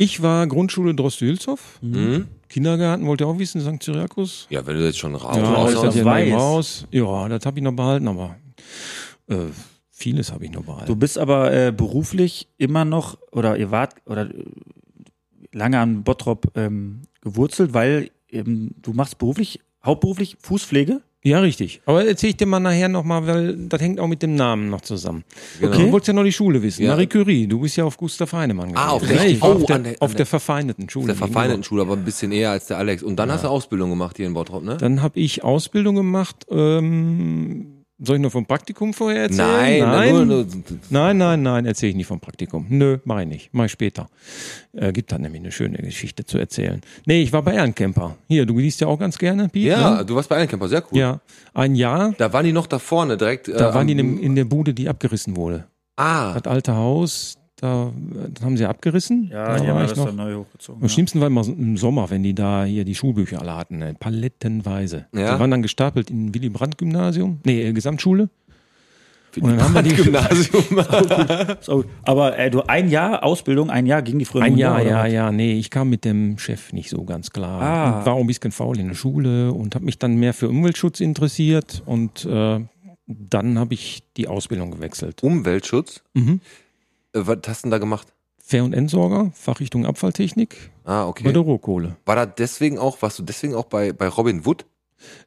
G: Ich war Grundschule Droste-Hülshoff.
A: Hm?
G: Kindergarten wollt ihr auch wissen, St. Cyriakus.
A: Ja, wenn du jetzt schon raus
G: Ja,
B: raus
G: ist das
A: raus-
B: ja-
G: hier
B: weiß.
G: neben raus. Ja, das habe ich noch behalten, aber äh, vieles habe ich noch
B: Du
G: behalten.
B: bist aber äh, beruflich immer noch oder ihr wart oder äh, lange an Bottrop ähm, gewurzelt, weil ähm, du machst beruflich, hauptberuflich Fußpflege.
G: Ja, richtig. Aber erzähle ich dir mal nachher nochmal, weil das hängt auch mit dem Namen noch zusammen.
A: Genau.
G: Du wolltest ja noch die Schule wissen.
A: Ja.
G: Marie Curie, du bist ja auf Gustav Heinemann
A: Ah, auf
G: gewesen.
A: richtig.
G: ich war
A: Oh,
G: auf, der,
A: an der- an
G: auf
A: der-
G: der verfeinerten Schule.
A: Der verfeinerten
G: Genau.
A: Schule, aber ein bisschen eher als der Alex. Und dann hast du Ausbildung gemacht hier in Bottrop, ne?
G: Dann habe ich Ausbildung gemacht ähm, Soll ich nur vom Praktikum vorher
A: Nein,
G: erzählen?
A: Nur,
G: nein,
A: nur,
G: nein, nein, nein erzähle ich nicht vom Praktikum. Nö, mach ich nicht. Mach ich später. Äh, gibt da nämlich eine schöne Geschichte zu erzählen. Nee, ich war bei Ehrencamper. Hier, du liest ja auch ganz gerne, Piet,
A: ja,
G: Ne?
A: du warst bei Eincamper, sehr cool.
G: Ja, ein Jahr,
A: Da waren die noch da vorne direkt. ähm,
G: da waren die in, dem, in der Bude, die abgerissen wurde.
A: Ah,
G: Das alte Haus, da äh, das haben sie abgerissen.
B: Ja,
G: da
B: die haben
G: war
B: alles
G: ich noch.
B: dann neu hochgezogen.
G: Am schlimmsten war immer so im Sommer, wenn die da hier die Schulbücher alle hatten, ne? palettenweise.
A: Ja.
G: Die waren dann gestapelt in Willy Brandt Gymnasium, nee, äh, Gesamtschule. Und dann haben wir die
A: Gymnasium.
B: So, aber äh, du ein Jahr Ausbildung, ein Jahr ging die früher
G: ein
B: nur,
G: Jahr,
B: oder
G: ja,
B: was?
G: ja, nee, ich kam mit dem Chef nicht so ganz klar.
B: Ah.
G: Und war auch ein bisschen faul in der Schule und habe mich dann mehr für Umweltschutz interessiert und äh, dann habe ich die Ausbildung gewechselt.
A: Umweltschutz.
G: Mhm.
A: Äh, was hast du denn da gemacht?
G: Fair- und Entsorger, Fachrichtung Abfalltechnik
A: Ah,
G: bei
A: okay.
G: der Rohkohle.
A: War da deswegen auch, warst du deswegen auch bei, bei Robin Wood?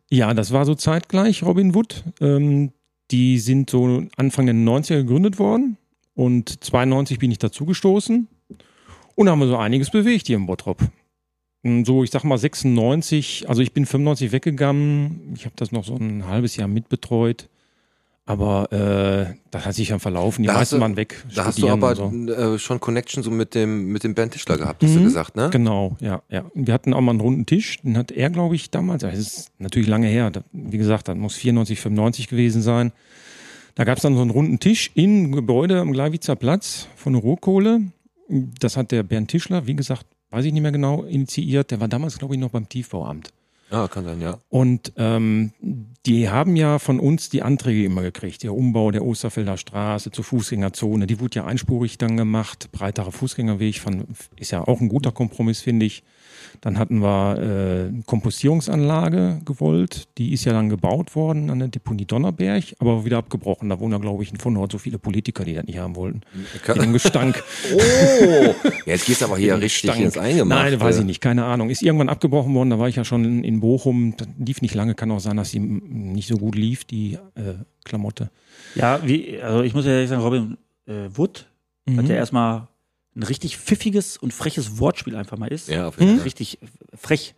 G: Ja, das war so zeitgleich Robin Wood. Ähm, die sind so Anfang der 90er gegründet worden und 92 bin ich dazugestoßen und haben wir so einiges bewegt hier in Bottrop. Und So, ich sag mal 96, also ich bin 95 weggegangen, ich habe das noch so ein halbes Jahr mitbetreut, aber äh, das hat sich dann verlaufen, die
A: Da hast
G: meisten
A: du-
G: waren weg.
A: Da hast du
G: studieren
A: aber
G: und so.
A: äh, schon Connection so mit dem, mit dem Bernd Tischler gehabt, hast du
G: Mhm.
A: gesagt, ne?
G: Genau, ja, ja. Und Wir hatten auch mal einen runden Tisch. Den hat er, glaube ich, damals, das ist natürlich lange her, da, wie gesagt, das muss 94, 95 gewesen sein. Da gab es dann so einen runden Tisch im Gebäude am Gleiwitzer Platz von der Rohkohle. Das hat der Bernd Tischler, wie gesagt, weiß ich nicht mehr genau, initiiert. Der war damals, glaube ich, noch beim Tiefbauamt.
A: Ja, Ah, kann sein, ja.
G: Und ähm, die haben ja von uns die Anträge immer gekriegt. Der Umbau der Osterfelder Straße zur Fußgängerzone, die wurde ja einspurig dann gemacht. Breiterer Fußgängerweg fand, ist ja auch ein guter Kompromiss, finde ich. Dann hatten wir äh, eine Kompostierungsanlage gewollt. Die ist ja dann gebaut worden an der Deponie Donnerberg, aber wieder abgebrochen. Da wohnen ja, glaube ich, in Vonhort so viele Politiker, die das nicht haben wollten.
A: Kann-
G: Im Gestank.
A: Oh! Jetzt gehst du aber hier
G: Den
A: richtig
G: Stank.
A: ins Eingemachte.
G: Nein, weiß ich nicht, keine Ahnung. Ist irgendwann abgebrochen worden, da war ich ja schon in Bochum. Das lief nicht lange, kann auch sein, dass sie m- nicht so gut lief, die äh, Klamotte.
B: Ja, wie, also ich muss ja ehrlich sagen, Robin äh, Wood hat ja erstmal ein richtig pfiffiges und freches Wortspiel einfach mal ist.
A: Ja, auf
G: Hm?
A: jeden Fall.
B: Richtig frech.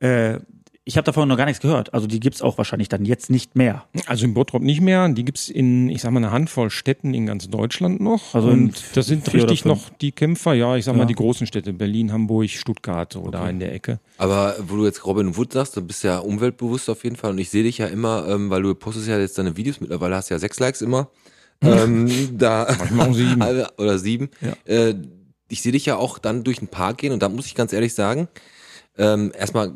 B: Äh, ich habe davon noch gar nichts gehört. Also die gibt's auch wahrscheinlich dann jetzt nicht mehr.
G: Also in Bottrop nicht mehr. Die gibt's in, ich sag mal, eine Handvoll Städten in ganz Deutschland noch.
B: Also in
G: Und das sind
B: vier oder
G: richtig
B: fünf.
G: noch die Kämpfer, ja, ich sag
B: Ja.
G: mal, die großen Städte, Berlin, Hamburg, Stuttgart oder in der Ecke.
A: Aber wo du jetzt Robin Wood sagst, du bist ja umweltbewusst auf jeden Fall und ich sehe dich ja immer, ähm, weil du postest ja jetzt deine Videos mittlerweile, hast ja sechs Likes immer. ähm, da
G: Mhm. Manchmal auch sieben.
A: Also, oder sieben.
G: Ja.
A: Äh, ich sehe dich ja auch dann durch den Park gehen und da muss ich ganz ehrlich sagen, ähm, erstmal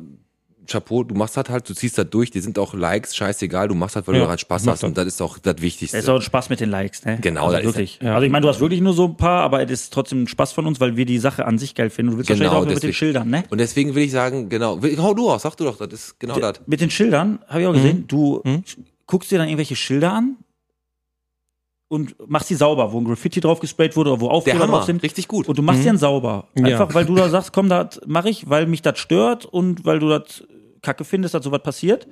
A: Chapeau, du machst das halt, du ziehst das durch, dir sind auch Likes, scheißegal, du machst das, weil
G: Ja,
A: du daran Spaß
G: ich mach
A: hast und das ist auch das Wichtigste.
B: Das ist auch ein Spaß mit den Likes, ne?
A: Genau,
B: also
A: das ist-
B: wirklich.
G: ja.
B: Also ich meine, du hast wirklich nur so ein paar, aber es ist trotzdem ein Spaß von uns, weil wir die Sache an sich geil finden. Du willst
A: Genau,
B: wahrscheinlich auch mit den
A: deswegen.
B: Schildern, ne?
A: und deswegen will ich sagen, genau, will- hau du aus, sag du doch, das ist genau das.
B: Mit den Schildern, habe ich auch gesehen, du
G: Mhm.
B: sch- guckst dir dann irgendwelche Schilder an und machst die sauber, wo ein Graffiti drauf gesprayt wurde oder wo
A: Der
B: Aufkleber
A: Hammer,
B: drauf sind.
A: richtig gut. Mhm.
B: Und du machst die dann sauber.
G: Ja.
B: Einfach, weil du da sagst, komm, das mache ich, weil mich das stört und weil du das kacke findest, dass sowas passiert.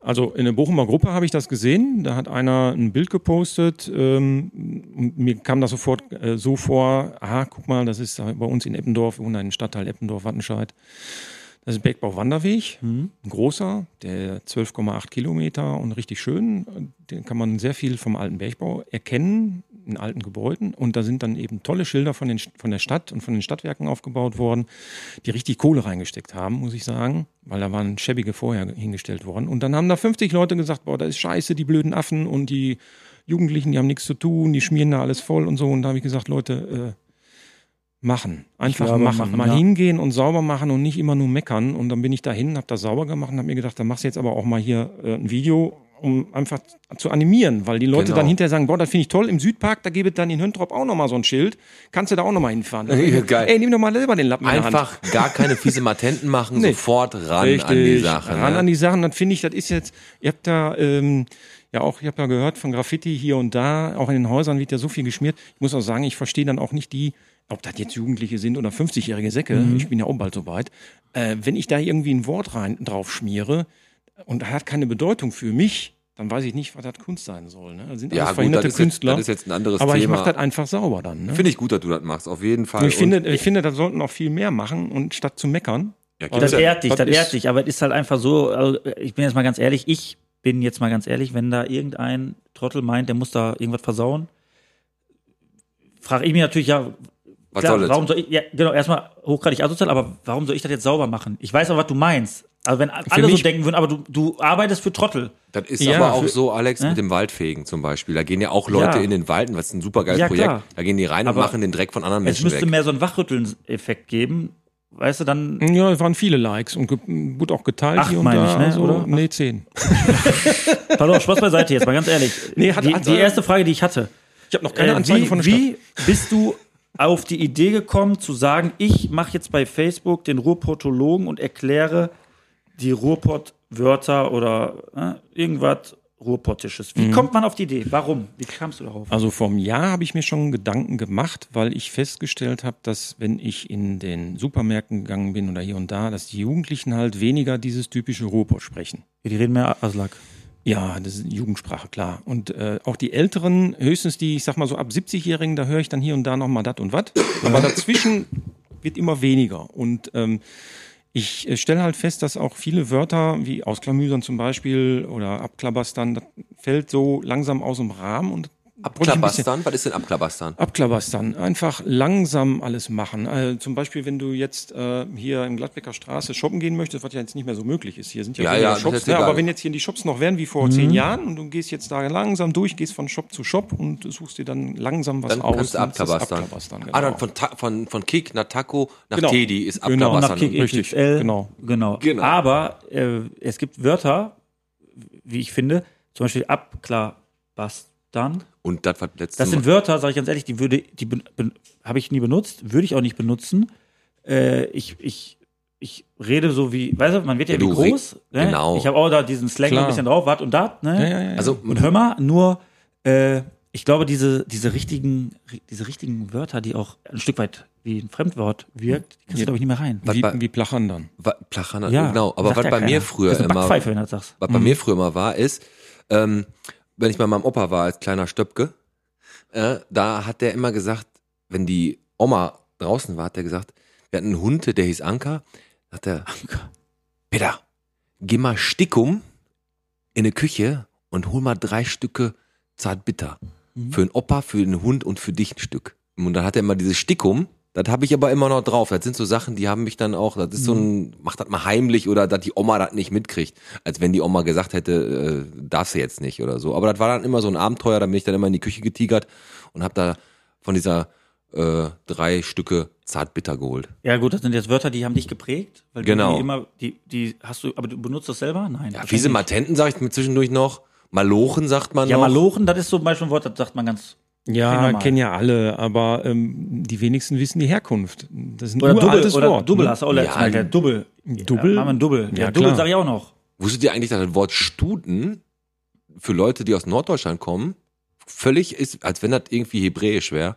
G: Also in der Bochumer Gruppe habe ich das gesehen. Da hat einer ein Bild gepostet. Ähm, und mir kam das sofort äh, so vor. Aha, guck mal, das ist bei uns in Eppendorf, wir wohnen in einem Stadtteil Eppendorf, Wattenscheid. Das ist Bergbau-Wanderweg, ein großer, der 12,8 Kilometer und richtig schön. Den kann man sehr viel vom alten Bergbau erkennen, in alten Gebäuden. Und da sind dann eben tolle Schilder von, den, von der Stadt und von den Stadtwerken aufgebaut worden, die richtig Kohle reingesteckt haben, muss ich sagen, weil da waren schäbige vorher hingestellt worden. Und dann haben da 50 Leute gesagt, boah, da ist scheiße, die blöden Affen und die Jugendlichen, die haben nichts zu tun, die schmieren da alles voll und so. Und da habe ich gesagt, Leute, äh, machen. Einfach
B: glaube,
G: machen.
B: machen,
G: Mal
B: ja.
G: hingehen und sauber machen und nicht immer nur meckern. Und dann bin ich dahin, habe das sauber gemacht und habe mir gedacht, dann machst du jetzt aber auch mal hier äh, ein Video, um einfach zu animieren, weil die Leute
A: Genau.
G: dann hinterher sagen, boah, das finde ich toll, im Südpark, da gebe es dann in Höntrop auch nochmal so ein Schild, kannst du da auch nochmal hinfahren.
A: Ja, geil.
G: Ey, nimm doch mal selber den Lappen in der Hand.
A: Einfach gar keine fiese Matenten machen,
G: Nee.
A: sofort ran
G: Richtig,
A: an die Sache.
G: Ran
A: ne?
G: an die Sachen, dann finde ich, das ist jetzt, ihr habt da, ähm, ja auch, ich habe ja gehört von Graffiti hier und da, auch in den Häusern wird ja so viel geschmiert. Ich muss auch sagen, ich verstehe dann auch nicht die, ob das jetzt Jugendliche sind oder 50-jährige Säcke,
A: Mhm.
G: ich bin ja auch bald so weit, äh, wenn ich da irgendwie ein Wort rein drauf schmiere und hat keine Bedeutung für mich, dann weiß ich nicht, was das Kunst sein soll. Ne? Das sind
A: Ja,
G: alles
A: gut,
G: verhinderte
A: das ist jetzt-
G: Künstler.
A: das ist jetzt ein anderes
G: aber ich
A: Thema.
G: mache das einfach sauber dann.
B: Hm?
G: Ne?
A: Finde ich gut, dass du das machst, auf jeden Fall.
G: Und ich,
A: Und-
G: finde, ich finde, das sollten auch viel mehr machen und statt zu meckern.
A: Ja, gibt's
B: Das
A: ja.
B: ehrt dich,
G: das
B: das
G: ist-
B: ehrt dich, aber es ist halt einfach so, also ich bin jetzt mal ganz ehrlich, ich bin jetzt mal ganz ehrlich, wenn da irgendein Trottel meint, der muss da irgendwas versauen, frage ich mich natürlich, ja,
A: Was
B: Klar,
A: soll das?
B: warum soll ich, ja, genau, erstmal hochgradig asozial, aber warum soll ich das jetzt sauber machen? Ich weiß aber, was du meinst. Also wenn alle so
G: mich-
B: denken würden, aber du, du arbeitest für Trottel.
A: Das ist
G: Ja,
A: aber auch
G: für-
A: so, Alex, mit dem Waldfegen zum Beispiel. Da gehen ja auch Leute
B: Ja.
A: in den Wald, und das ist ein supergeiles
B: Ja,
A: Projekt.
B: klar.
A: Da gehen die rein
B: Aber
A: und machen den Dreck von anderen
B: Es
A: Menschen
B: müsste
A: weg.
B: mehr so einen Wachrütteln-Effekt geben. Weißt du, dann.
G: Ja, es waren viele Likes und ge- gut auch geteilt
B: Acht
G: hier und
B: meine
G: da.
B: ich, ne?
G: also,
B: Oder?
G: Nee, zehn.
B: Pardon, Spaß beiseite jetzt mal ganz ehrlich.
G: Nee, hat-
B: die,
G: hat-
B: die erste Frage, die ich hatte.
G: Ich habe noch keine
B: Äh,
G: Anzeige
B: wie,
G: von der Stadt.
B: Wie bist du auf die Idee gekommen, zu sagen, ich mache jetzt bei Facebook den Ruhrportologen und erkläre die Ruhrpott-Wörter oder äh, irgendwas Ruhrpottisches?
G: Mhm.
B: Wie kommt man auf die Idee? Warum? Wie kamst du darauf?
G: Also vom Jahr habe ich mir schon Gedanken gemacht, weil ich festgestellt habe, dass wenn ich in den Supermärkten gegangen bin oder hier und da, dass die Jugendlichen halt weniger dieses typische Robot sprechen.
B: Die reden mehr Aslak.
G: Ja, das ist Jugendsprache, klar. Und äh, auch die Älteren, höchstens die, ich sag mal so ab 70-Jährigen, da höre ich dann hier und da nochmal dat und wat. Aber dazwischen wird immer weniger. Und ähm, ich äh, stelle halt fest, dass auch viele Wörter, wie Ausklamüsern zum Beispiel oder Abklabastern, das fällt so langsam aus dem Rahmen und brauche ich ein bisschen-
A: Abklabastern? Was ist denn Abklabastern?
G: Abklabastern, einfach langsam alles machen. Äh, zum Beispiel, wenn du jetzt äh, hier im Gladbecker Straße shoppen gehen möchtest, was ja jetzt nicht mehr so möglich ist. Hier sind ja,
A: Ja,
G: weniger
A: ja, das ist
G: Shops,
A: jetzt
G: ne?
A: egal.
G: aber wenn jetzt hier die Shops noch wären wie vor
B: Mhm.
G: zehn Jahren und du gehst jetzt da langsam durch, gehst von Shop zu Shop und suchst dir dann langsam was
A: Dann
G: aus.
A: kannst du
G: und das ist
A: Abklabastern.
G: Abklabastern,
A: Ah, dann
G: genau.
A: von, Ta- von, von Kick nach Taco nach
G: Genau.
A: Teddy ist
G: Genau.
A: Abklabastern.
B: Nach Kick
G: Richtig,
B: XXL.
G: genau.
B: genau.
A: Genau.
B: Aber äh, es gibt Wörter, wie ich finde, zum Beispiel Abklabastern.
A: Und das war letztes
B: Das sind Wörter, sage ich ganz ehrlich, die würde, die ben- ben- habe ich nie benutzt, würde ich auch nicht benutzen. Äh, ich, ich, ich rede so wie, weißt du, man wird ja,
A: Ja,
B: wie
A: du red-
B: groß. Ne?
A: genau.
B: Ich habe auch da diesen Slang
G: Klar.
B: ein bisschen drauf, wat und dat. Ne?
G: Ja, ja, ja.
A: Also,
B: Und hör mal, nur, äh, ich glaube, diese, diese richtigen, diese richtigen Wörter, die auch ein Stück weit wie ein Fremdwort wirkt, die kriegst du, glaube ich, nicht mehr rein.
A: was
G: wie,
A: bei-
G: wie plachern dann.
A: wa- Plachana, genau. Aber
B: sagt
A: was
B: ja
A: bei
B: keiner.
A: mir früher
B: das ist eine
A: immer,
B: Backpfeife, wenn du das sagst.
A: was bei mir früher immer war, ist, ähm, wenn ich bei meinem Opa war als kleiner Stöpke, äh, da hat der immer gesagt, wenn die Oma draußen war, hat der gesagt, wir hatten einen Hund, der hieß Anker, hat er, Peter, geh mal Stickum in die Küche und hol mal drei Stücke Zartbitter. Für den Opa, für den Hund und für dich ein Stück. Und dann hat er immer dieses Stickum. Das habe ich aber immer noch drauf. Das sind so Sachen, die haben mich dann auch, das ist so ein, mach das mal heimlich oder dass die Oma das nicht mitkriegt. Als wenn die Oma gesagt hätte, äh, darfst du jetzt nicht oder so. Aber das war dann immer so ein Abenteuer, da bin ich dann immer in die Küche getigert und habe da von dieser äh, drei Stücke Zartbitter geholt.
B: Ja, gut, das sind jetzt Wörter, die haben dich geprägt, weil du
A: Genau.
B: die immer, die, die hast du, aber du benutzt das selber? Nein.
A: Ja, fiese Matenten sage ich mir zwischendurch noch. Malochen sagt man
B: Ja,
A: noch.
B: Malochen, das ist zum Beispiel ein Wort, das sagt man ganz. Kennen wir
G: Ja,
B: mal.
G: kennen ja alle, aber ähm, die wenigsten wissen die Herkunft. Das ist ein
B: Oder Double,
G: uraltes
B: oder
G: Wort.
B: Double
G: ne?
B: hast du auch letztes
A: Ja,
B: Mal erklärt. Double.
G: Double?
B: Ja, machen wir ein Double.
G: Ja,
B: Ja, Double
G: klar.
B: sage ich auch noch.
A: Wusstet ihr eigentlich, dass das Wort Studen für Leute, die aus Norddeutschland kommen, völlig ist, als wenn das irgendwie hebräisch wäre?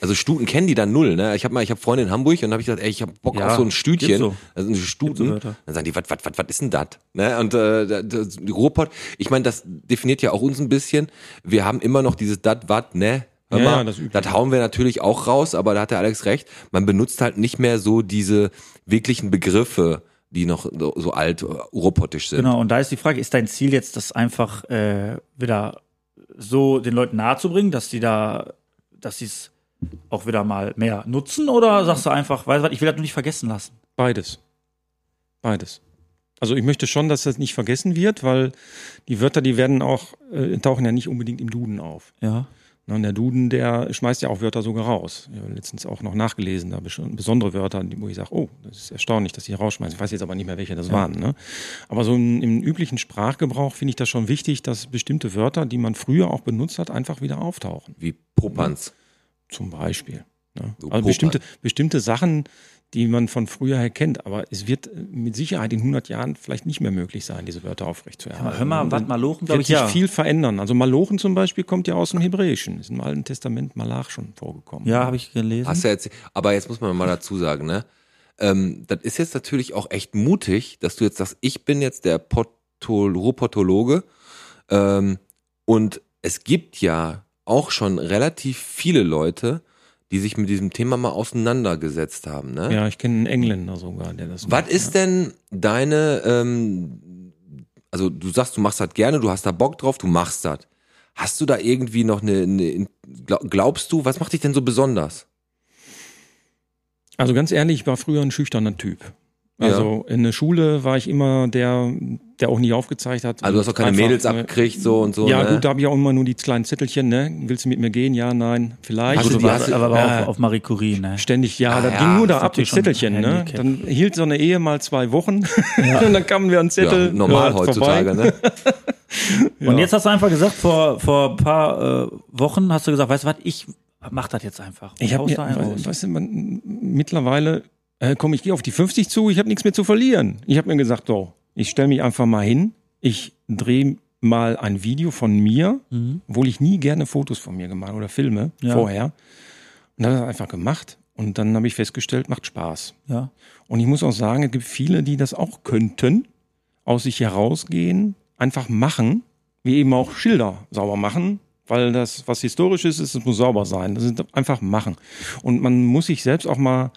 A: Also Stuten kennen die dann null, ne? Ich habe mal, ich habe Freunde in Hamburg und habe ich gesagt, ey, ich habe Bock
B: Ja,
A: auf so ein Stütchen,
B: gibt's so.
A: also ein
B: so
A: Stuten.
B: Wörter.
A: dann sagen die, was, was, was, was ist denn das? Ne? Und äh, das- das, die Ruhrpott, ich meine, das definiert ja auch uns ein bisschen. Wir haben immer noch dieses dat, wat, ne? Hör
G: Ja,
A: mal,
G: ja, das Übliche.
A: das hauen wir natürlich auch raus, aber da hat der Alex recht. Man benutzt halt nicht mehr so diese wirklichen Begriffe, die noch so, so alt äh, ruhrpottisch sind.
B: Genau, und da ist die Frage, ist dein Ziel jetzt, das einfach äh, wieder so den Leuten nahezubringen, dass die da, dass sie es auch wieder mal mehr nutzen? Oder sagst du einfach, weißt du was, ich will das nur nicht vergessen lassen?
G: Beides. Beides. Also ich möchte schon, dass das nicht vergessen wird, weil die Wörter, die werden auch, äh, tauchen ja nicht unbedingt im Duden auf.
B: Ja.
G: Na, Und der Duden, der schmeißt ja auch Wörter sogar raus. Ich habe letztens auch noch nachgelesen, da besch- besondere Wörter, die- wo ich sage, oh, das ist erstaunlich, dass die rausschmeißen. Ich weiß jetzt aber nicht mehr, welche das waren. Ne? Aber so im, im üblichen Sprachgebrauch finde ich das schon wichtig, dass bestimmte Wörter, die man früher auch benutzt hat, einfach wieder auftauchen.
A: Wie Popanz.
G: Zum Beispiel. Ne?
A: So
G: Also
A: Popeye.
G: bestimmte, bestimmte Sachen, die man von früher her kennt, aber es wird äh, mit Sicherheit in 100 Jahren vielleicht nicht mehr möglich sein, diese Wörter aufrechtzuerhalten.
B: Hör mal, was Malochen,
G: Wird
B: glaube ich,
G: sich
B: ja.
G: viel verändern. Also Malochen zum Beispiel kommt ja aus dem Hebräischen. Ist im Alten Testament Malach schon vorgekommen.
B: Ja, habe ich gelesen.
A: Hast du jetzt, aber jetzt muss man mal dazu sagen, ne? Ähm, das ist jetzt natürlich auch echt mutig, dass du jetzt sagst, ich bin jetzt der Potol Ruhrpottologe. Ähm, und es gibt ja auch schon relativ viele Leute, die sich mit diesem Thema mal auseinandergesetzt haben, ne?
G: Ja, ich kenne einen Engländer sogar, der das
A: Was
G: macht,
A: ist denn deine, ähm, also du sagst, du machst das gerne, du hast da Bock drauf, du machst das. Hast du da irgendwie noch eine, eine glaub- glaubst du, was macht dich denn so besonders?
G: Also ganz ehrlich, ich war früher ein schüchterner Typ. Also in der Schule war ich immer der, der auch nie aufgezeigt hat.
A: Also du hast auch keine
G: Einfach,
A: Mädels
G: äh,
A: abgekriegt so und so.
G: ja,
A: ne?
G: gut, da habe ich auch immer nur die kleinen Zettelchen, ne? Willst du mit mir gehen? Ja, nein, vielleicht.
A: Hast du
B: Gut,
A: die-
B: aber-
A: hast du-
B: aber, aber
G: Ja.
B: auf, auf Marie Curie, ne?
G: Ständig, ja,
A: Also Ah,
G: das
A: ja,
G: ging nur
A: das
G: da
A: ist
G: ab, die
B: natürlich schon
G: Zettelchen, ne?
B: Handicap.
G: Dann hielt so eine Ehe mal zwei Wochen und dann kamen wir an Zettel.
A: ja, normal
G: äh,
A: heutzutage,
G: vorbei.
A: ne?
B: Und jetzt hast du einfach gesagt, vor, vor ein paar äh, Wochen hast du gesagt, weißt du was, ich mach das jetzt einfach.
G: Ich habe
B: Haust da einen raus.
G: mir, weißt du, man, mittlerweile, äh, komm, ich gehe auf die 50 zu, ich habe nichts mehr zu verlieren. Ich habe mir gesagt, so, ich stelle mich einfach mal hin, ich drehe mal ein Video von mir, obwohl ich nie gerne Fotos von mir gemacht oder Filme
B: Mhm. Ja.
G: vorher. Und habe das einfach gemacht und dann habe ich festgestellt, macht Spaß.
B: Ja.
G: Und ich muss auch sagen, es gibt viele, die das auch könnten, aus sich herausgehen, einfach machen, wie eben auch Schilder sauber machen, weil das was historisches ist, es muss sauber sein. Das ist einfach machen. Und man muss sich selbst auch mal